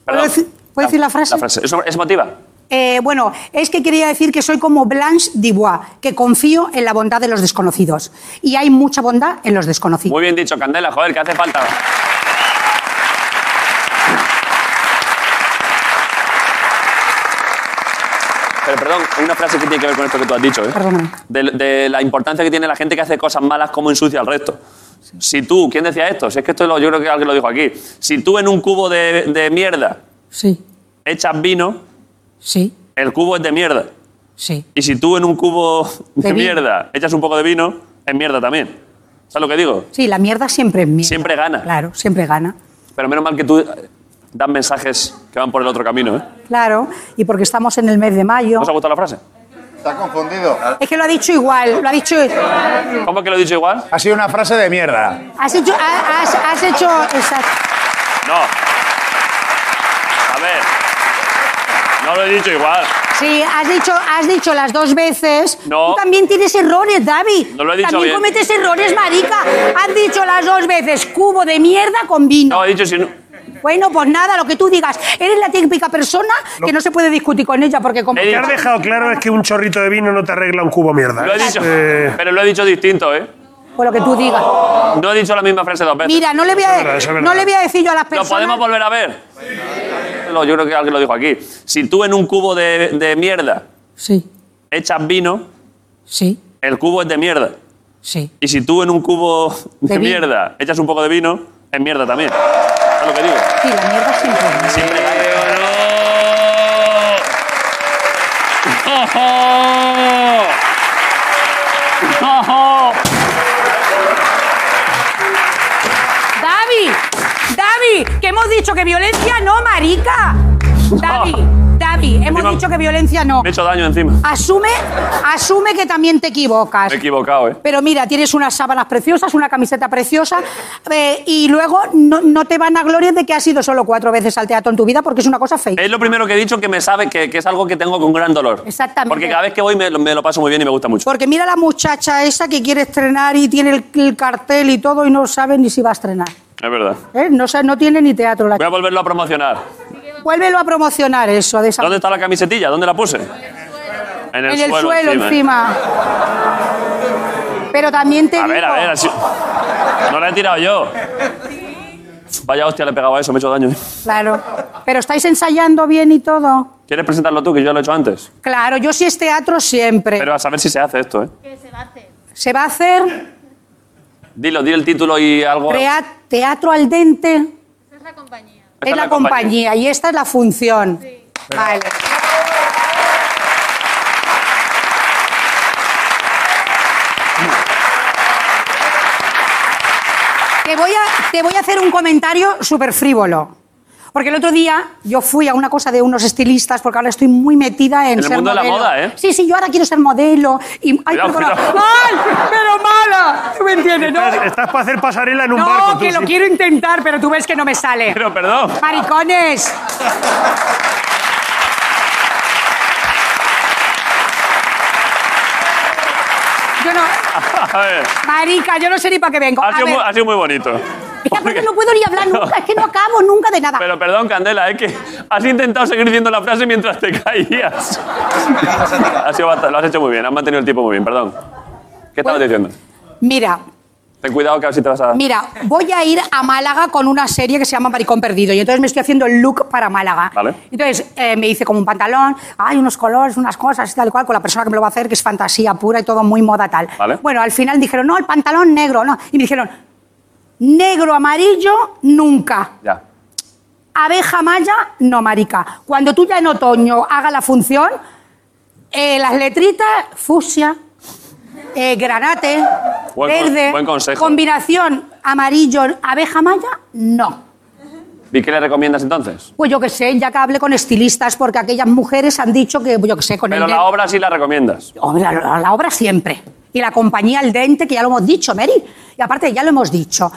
Speaker 9: Ah, decir- puedo decir la frase?
Speaker 1: La frase. ¿Es, es emotiva?
Speaker 9: Eh, bueno es que quería decir que soy como Blanche Dubois que confío en la bondad de los desconocidos y hay mucha bondad en los desconocidos
Speaker 1: Muy bien dicho, Candela, joder, que hace falta. Pero perdón, una frase que tiene que ver con esto que tú has dicho, ¿eh?
Speaker 9: Perdóname.
Speaker 1: De, de la importancia que tiene la gente que hace cosas malas, cómo ensucia al resto. Si tú, ¿quién decía esto? Si es que esto lo- yo creo que alguien lo dijo aquí. Si tú en un cubo de, de mierda
Speaker 9: sí
Speaker 1: echas vino,
Speaker 9: sí
Speaker 1: el cubo es de mierda.
Speaker 9: sí
Speaker 1: Y si tú en un cubo de,
Speaker 9: De vino.
Speaker 1: mierda echas un poco de vino, es mierda también. ¿Sabes lo que digo?
Speaker 9: sí la mierda siempre es mierda
Speaker 1: Siempre gana.
Speaker 9: claro siempre gana
Speaker 1: Pero menos mal que tú das mensajes que van por el otro camino, ¿eh?
Speaker 9: claro y porque estamos en el mes de mayo
Speaker 1: ¿No os ha gustado la frase?
Speaker 5: Está confundido.
Speaker 9: es que lo ha dicho igual lo ha dicho
Speaker 1: ¿Cómo que lo he dicho igual?
Speaker 5: Ha sido una frase de mierda.
Speaker 9: has hecho has, has hecho exacto
Speaker 1: No. A ver. No lo he dicho igual.
Speaker 9: Sí, has dicho, has dicho las dos veces.
Speaker 1: No.
Speaker 9: Tú también tienes errores, David.
Speaker 1: No lo he dicho
Speaker 9: También
Speaker 1: bien.
Speaker 9: cometes errores, marica. Has dicho las dos veces cubo de mierda con vino.
Speaker 1: No, he dicho si no.
Speaker 9: Bueno, pues nada, lo que tú digas. Eres la típica persona que no se puede discutir con ella porque como...
Speaker 6: Lo que has dejado claro es que un chorrito de vino no te arregla un cubo mierda.
Speaker 1: Lo he
Speaker 6: ¿eh?
Speaker 1: dicho,
Speaker 6: Eh,
Speaker 1: pero lo he dicho distinto, ¿eh?
Speaker 9: Por Pues lo que tú digas.
Speaker 1: No he dicho la misma frase dos veces.
Speaker 9: Mira, no le voy
Speaker 6: es verdad,
Speaker 9: a,
Speaker 6: eso es verdad.
Speaker 9: no le voy a decir yo a las
Speaker 1: ¿Lo
Speaker 9: personas...
Speaker 1: podemos volver a ver? No, yo creo que alguien lo dijo aquí. Si tú en un cubo de, de mierda
Speaker 7: Sí,
Speaker 1: echas vino,
Speaker 7: sí,
Speaker 1: el cubo es de mierda.
Speaker 7: sí.
Speaker 1: Y si tú en un cubo de,
Speaker 7: De vino.
Speaker 1: mierda echas un poco de vino, es mierda también. Es lo que digo.
Speaker 9: Sí, la mierda siempre.
Speaker 1: Siempre gana.
Speaker 9: ¡Davi! ¡Davi! Que hemos dicho que violencia no, marica. Davi, Davi, hemos
Speaker 1: Encima-
Speaker 9: dicho que violencia no.
Speaker 1: Me he hecho daño encima.
Speaker 9: Asume, asume que también te equivocas.
Speaker 1: Me he equivocado, ¿eh?
Speaker 9: Pero mira, tienes unas sábanas preciosas, una camiseta preciosa eh, y luego no, no te van a gloria de que has ido solo cuatro veces al teatro en tu vida porque es una cosa fake.
Speaker 1: Es lo primero que he dicho que me sabe que, que es algo que tengo con gran dolor.
Speaker 9: Exactamente.
Speaker 1: Porque cada vez que voy me, lo- me lo paso muy bien y me gusta mucho.
Speaker 9: Porque mira la muchacha esa que quiere estrenar y tiene el, el cartel y todo y no sabe ni si va a estrenar.
Speaker 1: Es verdad.
Speaker 9: ¿eh? No, sa- no tiene ni teatro la
Speaker 1: Voy a volverlo a promocionar.
Speaker 9: chica. Vuélvelo a promocionar eso de esa
Speaker 1: ¿Dónde está la camisetilla? ¿Dónde la puse? En
Speaker 9: en el suelo, encima. Pero también te
Speaker 1: A
Speaker 9: digo,
Speaker 1: ver, a ver, así- No la he tirado yo. Vaya hostia, le he pegado a eso, me he hecho daño. ¿eh?
Speaker 9: claro. Pero estáis ensayando bien y todo.
Speaker 1: ¿Quieres presentarlo tú, que yo ya lo he hecho antes?
Speaker 9: Claro, yo sí es teatro siempre.
Speaker 1: Pero a saber si se hace esto, ¿eh?
Speaker 9: Se va a hacer
Speaker 1: Dilo, di el título y algo.
Speaker 9: trea- teatro al dente.
Speaker 1: Esta
Speaker 9: es la compañía. y esta es la función. Vale. Te voy, a, te voy a hacer un comentario súper frívolo. Porque el otro día yo fui a una cosa de unos estilistas, porque ahora estoy muy metida en,
Speaker 1: En el
Speaker 9: ser
Speaker 1: mundo de la
Speaker 9: modelo.
Speaker 1: moda, ¿eh?
Speaker 9: Sí, sí, yo ahora quiero ser modelo. Y, ¡Ay,
Speaker 1: Cuidado,
Speaker 9: perdona.
Speaker 1: cuidado.
Speaker 9: ¡Ay, pero mala! ¿Tú me entiendes, no?
Speaker 6: estás, estás para hacer pasarela en un
Speaker 9: no,
Speaker 6: barco. tú,
Speaker 9: que lo
Speaker 6: sí.
Speaker 9: quiero intentar, pero tú ves que no me sale.
Speaker 1: Pero, perdón.
Speaker 9: ¡Maricones! Yo no,
Speaker 1: A ver,
Speaker 9: marica, yo no sé ni para qué vengo.
Speaker 1: ha
Speaker 9: A
Speaker 1: sido,
Speaker 9: ver,
Speaker 1: muy, ha sido muy bonito.
Speaker 9: es que aparte no puedo ni hablar nunca, es que no acabo nunca de nada.
Speaker 1: Pero perdón, Candela, es que has intentado seguir diciendo la frase mientras te caías. ha sido bastante- lo has hecho muy bien, has mantenido el tiempo muy bien, perdón. ¿Qué estabas diciendo?
Speaker 9: Mira,
Speaker 1: Ten cuidado que a ver si te vas a...
Speaker 9: mira, voy a ir a Málaga con una serie que se llama Maricón Perdido y entonces me estoy haciendo el look para Málaga.
Speaker 1: Vale.
Speaker 9: Entonces eh, me hice como un pantalón, hay unos colores, unas cosas y tal y cual, con la persona que me lo va a hacer, que es fantasía pura y todo muy moda tal.
Speaker 1: Vale.
Speaker 9: Bueno, al final dijeron, no, el pantalón negro, no. Y me dijeron, negro, amarillo, nunca.
Speaker 1: Ya.
Speaker 9: Abeja maya, no, marica. Cuando tú ya en otoño hagas la función, eh, las letritas, fusia, eh, granate,
Speaker 1: Buen con-
Speaker 9: verde,
Speaker 1: buen consejo.
Speaker 9: combinación amarillo, abeja maya, no.
Speaker 1: ¿Y qué le recomiendas entonces?
Speaker 9: Pues yo qué sé, ya que hablé con estilistas, porque aquellas mujeres han dicho que, pues yo qué sé, con
Speaker 1: Pero
Speaker 9: el
Speaker 1: la obra sí la recomiendas.
Speaker 9: Hombre, la, la obra siempre. Y la compañía al dente, que ya lo hemos dicho, Mary. Y aparte, ya lo hemos dicho.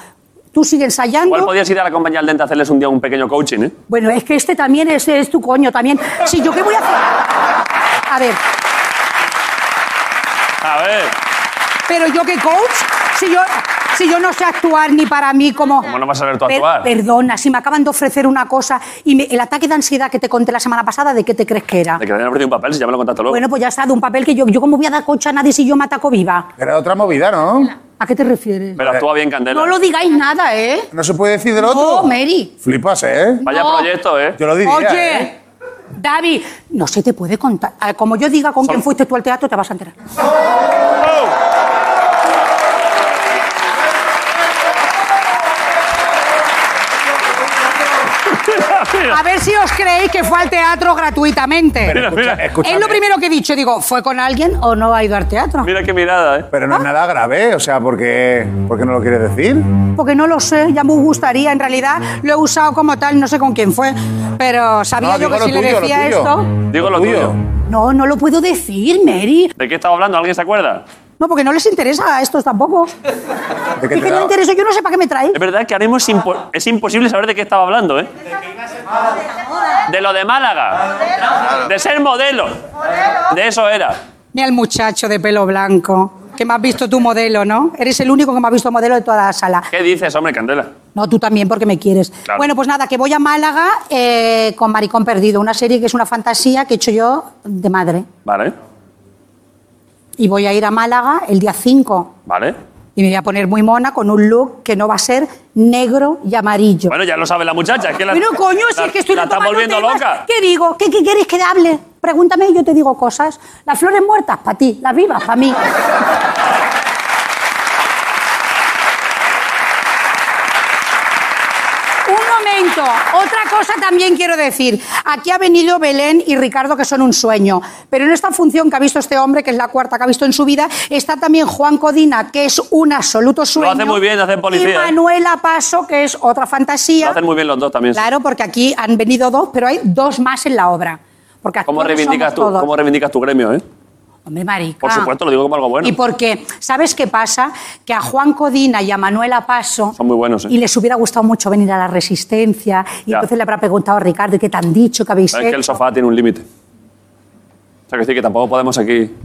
Speaker 9: Tú sigue ensayando.
Speaker 1: Igual podías ir a la compañía al dente a hacerles un día un pequeño coaching, ¿eh?
Speaker 9: Bueno, es que este también es, es tu coño también. Sí, yo qué voy a hacer. A ver,
Speaker 1: A ver,
Speaker 9: pero yo qué coach, si yo, si yo no sé actuar ni para mí como.
Speaker 1: ¿cómo no vas a ver tú
Speaker 9: Per-
Speaker 1: actuar?
Speaker 9: perdona, si me acaban de ofrecer una cosa y me- el ataque de ansiedad que te conté la semana pasada, ¿de qué te crees que era?
Speaker 1: De que te hayan ofrecido un papel, si ya me lo contaste luego.
Speaker 9: Bueno, pues ya está, de un papel que yo, yo cómo voy a dar coach a nadie si yo me ataco viva.
Speaker 5: Era otra movida, ¿no?
Speaker 9: ¿A qué te refieres?
Speaker 1: Pero actúa bien, Candela.
Speaker 9: No lo digáis nada, ¿eh?
Speaker 5: ¿No se puede decir del
Speaker 9: No,
Speaker 5: otro?
Speaker 9: Mary.
Speaker 5: Flipas, ¿eh?
Speaker 1: Vaya
Speaker 9: no.
Speaker 1: proyecto, ¿eh?
Speaker 5: Yo lo diría,
Speaker 9: Oye,
Speaker 5: ¿eh?
Speaker 9: David, no se te puede contar. Ah, Como yo diga con quién fuiste tú al teatro, te vas a enterar. A ver si os creéis que fue al teatro gratuitamente.
Speaker 1: Mira, mira,
Speaker 9: Es
Speaker 5: Escúchame,
Speaker 9: lo primero que he dicho. Digo, ¿fue con alguien o no ha ido al teatro?
Speaker 1: mira qué mirada, ¿eh?
Speaker 9: Ah.
Speaker 5: Pero no es nada grave, o sea, ¿por qué, ¿por qué no lo quieres decir?
Speaker 9: Porque no lo sé, ya me gustaría. En realidad lo he usado como tal, no sé con quién fue. Pero sabía
Speaker 5: No,
Speaker 9: yo
Speaker 5: digo
Speaker 9: que
Speaker 5: lo
Speaker 9: si le
Speaker 5: tuyo, lo
Speaker 9: decía
Speaker 5: tuyo.
Speaker 9: esto.
Speaker 1: Digo lo
Speaker 5: tuyo.
Speaker 1: tuyo.
Speaker 9: No, no lo puedo decir, Mary.
Speaker 1: ¿De qué estaba hablando? ¿Alguien se acuerda?
Speaker 9: No, porque no les interesa a estos tampoco.
Speaker 5: ¿De qué
Speaker 9: Es
Speaker 5: te
Speaker 9: que no
Speaker 5: da?
Speaker 9: interesa, yo no sé para qué me traéis.
Speaker 1: Es verdad que ahora mismo es, impo- es imposible saber de qué estaba hablando, ¿eh? De lo de Málaga. De ser modelo. De eso era.
Speaker 9: Mira el muchacho de pelo blanco. que me has visto tu modelo, ¿no? Eres el único que me ha visto modelo de toda la sala.
Speaker 1: ¿Qué dices, hombre, Candela?
Speaker 9: No, tú también, porque me quieres.
Speaker 1: Claro.
Speaker 9: Bueno, pues nada, que voy a Málaga eh, con Maricón Perdido, una serie que es una fantasía que he hecho yo de madre.
Speaker 1: Vale,
Speaker 9: Y voy a ir a Málaga el día 5
Speaker 1: vale.
Speaker 9: y me voy a poner muy mona con un look que no va a ser negro y amarillo.
Speaker 1: Bueno, ya lo sabe la muchacha. Es que la,
Speaker 9: Pero coño, si
Speaker 1: la-
Speaker 9: es que estoy
Speaker 1: La está
Speaker 9: retomando
Speaker 1: volviendo
Speaker 9: temas.
Speaker 1: loca.
Speaker 9: ¿Qué digo? ¿Qué, qué quieres que hable? Pregúntame y yo te digo cosas. Las flores muertas, para ti. Las vivas, para mí. Un momento. Otra cosa también quiero decir. Aquí ha venido Belén y Ricardo, que son un sueño. Pero en esta función que ha visto este hombre, que es la cuarta que ha visto en su vida, está también Juan Codina, que es un absoluto sueño.
Speaker 1: hace muy bien, hacen policía,
Speaker 9: Y
Speaker 1: ¿eh?
Speaker 9: Manuela Paso, que es otra fantasía.
Speaker 1: Lo hacen muy bien los dos también.
Speaker 9: Claro, porque aquí han venido dos, pero hay dos más en la obra. Porque
Speaker 1: ¿Cómo
Speaker 9: actores
Speaker 1: reivindicas, tú,
Speaker 9: somos todos.
Speaker 1: ¿Cómo reivindicas tu gremio, eh?
Speaker 9: Hombre, marica.
Speaker 1: Por supuesto, lo digo como algo bueno.
Speaker 9: Y porque, ¿sabes qué pasa? Que a Juan Codina y a Manuela Paso...
Speaker 1: Son muy buenos, ¿eh?
Speaker 9: Y les hubiera gustado mucho venir a La Resistencia. Y
Speaker 1: Ya.
Speaker 9: entonces le habrá preguntado a Ricardo, ¿y qué te han dicho? ¿Qué habéis
Speaker 1: Sabes que
Speaker 9: hecho?
Speaker 1: el sofá tiene un límite. O sea, que decir que tampoco podemos aquí...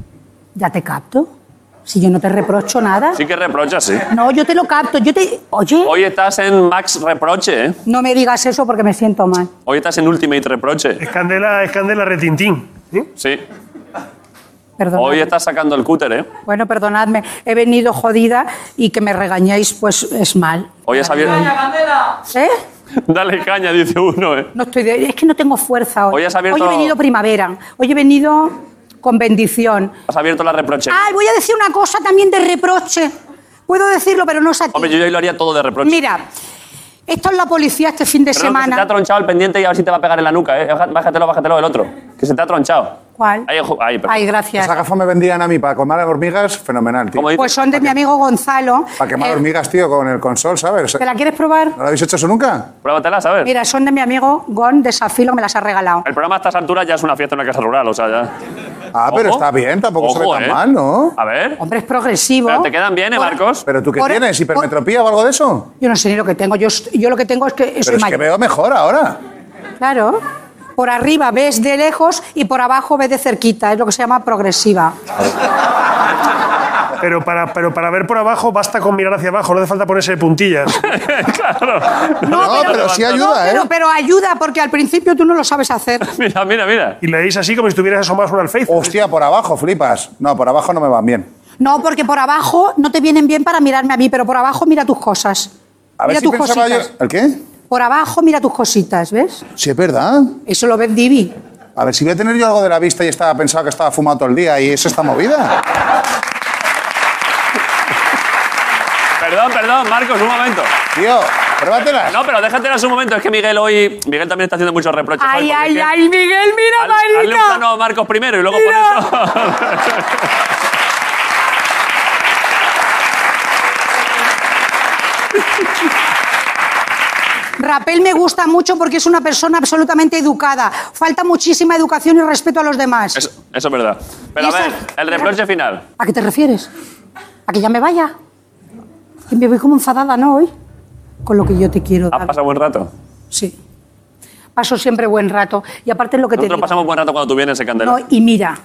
Speaker 9: Ya te capto. Si yo no te reprocho nada.
Speaker 1: Sí que reprochas, sí.
Speaker 9: No, yo te lo capto. Yo te... Oye,
Speaker 1: Hoy estás en Max Reproche, ¿eh?
Speaker 9: no me digas eso porque me siento mal.
Speaker 1: Hoy estás en Ultimate Reproche.
Speaker 6: Es Candela, es Candela Retintín. ¿eh?
Speaker 1: Sí.
Speaker 9: Perdón.
Speaker 1: Hoy estás sacando el cúter, ¿eh?
Speaker 9: Bueno, perdonadme, he venido jodida y que me regañéis, pues es mal.
Speaker 1: Hoy has abierto...
Speaker 9: ¿Eh?
Speaker 1: Dale caña, dice uno, ¿eh?
Speaker 9: No estoy de- Es que no tengo fuerza hoy.
Speaker 1: Hoy has abierto-
Speaker 9: he venido primavera, hoy he venido con bendición.
Speaker 1: Has abierto la reproche.
Speaker 9: Ah, voy a decir una cosa también de reproche. Puedo decirlo, pero no es aquí.
Speaker 1: Hombre, yo ya lo haría todo de reproche.
Speaker 9: Mira, esto es la policía este fin de
Speaker 1: Pero no, que se te
Speaker 9: semana.
Speaker 1: ha tronchado el pendiente y a ver si te va a pegar en la nuca, ¿eh? Baja- Bájatelo, bájatelo el otro. Que se te ha tronchado.
Speaker 9: ¿Cuál?
Speaker 1: Ahí, ju- ahí, perdón.
Speaker 9: Ay, gracias.
Speaker 5: Esas gafas me vendían a mí para colmar a hormigas, fenomenal, tío.
Speaker 1: ¿Cómo dices?
Speaker 9: Pues son de mi amigo Gonzalo.
Speaker 5: Para quemar
Speaker 9: Eh,
Speaker 5: hormigas, tío, con el consol, ¿sabes?
Speaker 9: ¿Te la quieres probar?
Speaker 5: ¿No lo habéis hecho eso nunca?
Speaker 1: Pruébatela, ¿sabes?
Speaker 9: Mira, son de mi amigo Gon de Safilo, me las ha regalado.
Speaker 1: El programa a estas alturas ya es una fiesta en una casa rural, o sea, ya.
Speaker 5: Ah, pero
Speaker 1: Ojo.
Speaker 5: está bien, tampoco se ve
Speaker 1: Ojo,
Speaker 5: tan
Speaker 1: ¿eh?
Speaker 5: mal, ¿no?
Speaker 1: A ver.
Speaker 9: Hombre, es progresivo.
Speaker 1: Pero te quedan bien, ¿eh,
Speaker 9: Por-
Speaker 1: Marcos?
Speaker 5: ¿Pero tú qué
Speaker 9: Por-
Speaker 5: tienes? ¿Hipermetropía o algo de eso?
Speaker 9: Yo no sé ni lo que tengo. Yo, yo lo que tengo es que soy
Speaker 5: Pero es que
Speaker 9: mayor.
Speaker 5: veo mejor ahora.
Speaker 9: Claro. Por arriba ves de lejos y por abajo ves de cerquita. Es lo que se llama progresiva.
Speaker 6: Pero para, pero para ver por abajo basta con mirar hacia abajo, no hace falta ponerse de puntillas.
Speaker 1: claro.
Speaker 5: No, pero sí ayuda, ¿eh?
Speaker 9: Pero, pero ayuda porque al principio tú no lo sabes hacer.
Speaker 1: Mira, mira, mira.
Speaker 6: Y le deis así como si estuvieras asomados una al Facebook.
Speaker 5: Hostia, por abajo, flipas. No, por abajo no me van bien.
Speaker 9: No, porque por abajo no te vienen bien para mirarme a mí, pero por abajo mira tus cosas.
Speaker 5: A ver
Speaker 9: mira
Speaker 5: si
Speaker 9: tus
Speaker 5: pensaba yo...
Speaker 9: cositas.
Speaker 5: ¿El qué?
Speaker 9: Por abajo mira tus cositas, ¿ves?
Speaker 5: Sí, es verdad.
Speaker 9: Eso lo ves Divi.
Speaker 5: A ver si voy a tener yo algo de la vista y estaba pensado que estaba fumado todo el día y eso está movida.
Speaker 1: Perdón, perdón, Marcos, un momento.
Speaker 5: Tío, pruébatela.
Speaker 1: No, pero déjatelas un momento. Es que Miguel hoy. Miguel también está haciendo muchos reproches.
Speaker 9: Ay,
Speaker 1: hoy, porque
Speaker 9: ay,
Speaker 1: es que-
Speaker 9: ay, Miguel, mira,
Speaker 1: Haz- Hazle un
Speaker 9: marica.
Speaker 1: plano a Marcos primero y luego
Speaker 9: Mira.
Speaker 1: pon eso.
Speaker 9: Rapel me gusta mucho porque es una persona absolutamente educada. Falta muchísima educación y respeto a los demás.
Speaker 1: eso. Eso es verdad. Pero a
Speaker 9: Y esa-
Speaker 1: ver, el reproche final.
Speaker 9: ¿A qué te refieres? ¿A que ya me vaya? Que me voy como enfadada, ¿no? Hoy. Con lo que yo te quiero
Speaker 1: ¿Has
Speaker 9: dar.
Speaker 1: pasado buen rato?
Speaker 9: Sí. Paso siempre buen rato. Y aparte es lo que te
Speaker 1: Nosotros
Speaker 9: digo.
Speaker 1: pasamos buen rato cuando tú vienes, eh, Candela.
Speaker 9: No, y mira.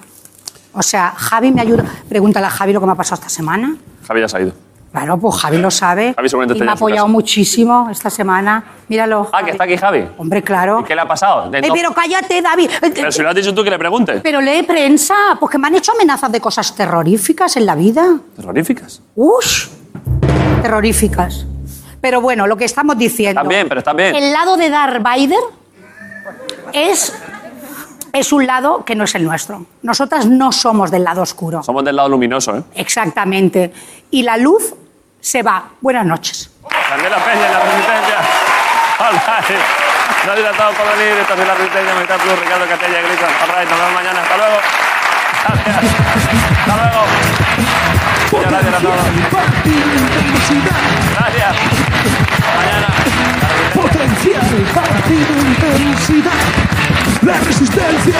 Speaker 9: O sea, Javi me ayuda. Pregúntale a Javi lo que me ha pasado esta semana.
Speaker 1: Javi ya se ha ido.
Speaker 9: Claro, pues Javi lo sabe.
Speaker 1: Javi seguramente
Speaker 9: y
Speaker 1: está
Speaker 9: me
Speaker 1: ya
Speaker 9: ha
Speaker 1: en su
Speaker 9: apoyado
Speaker 1: casa.
Speaker 9: muchísimo esta semana. Míralo.
Speaker 1: Ah, que está aquí Javi.
Speaker 9: Hombre, claro.
Speaker 1: ¿Y qué le ha pasado? De
Speaker 9: Eh,
Speaker 1: no-
Speaker 9: pero cállate, David. Eh,
Speaker 1: Pero
Speaker 9: eh,
Speaker 1: si lo has dicho tú, que le preguntes.
Speaker 9: Pero lee prensa, porque me han hecho amenazas de cosas terroríficas en la vida.
Speaker 1: Terroríficas.
Speaker 9: ¡Ush! Terroríficas. Pero bueno, lo que estamos diciendo.
Speaker 1: Está bien, pero está bien.
Speaker 9: El lado de Darth Vader es, es un lado que no es el nuestro. Nosotras no somos del lado oscuro.
Speaker 1: Somos del lado luminoso, ¿eh?
Speaker 9: Exactamente. Y la luz se va. Buenas noches.
Speaker 1: Candela Peña en la Resistencia. All right. Nadie ha estado por venir. Esto es la Resistencia Metal Plus. Ricardo Catella y Grison. All right. Nos vemos mañana. Hasta luego. Gracias. Hasta luego. Muchas gracias a todos. Gracias. Hasta mañana.
Speaker 10: Potencial, partido, intensidad, la resistencia.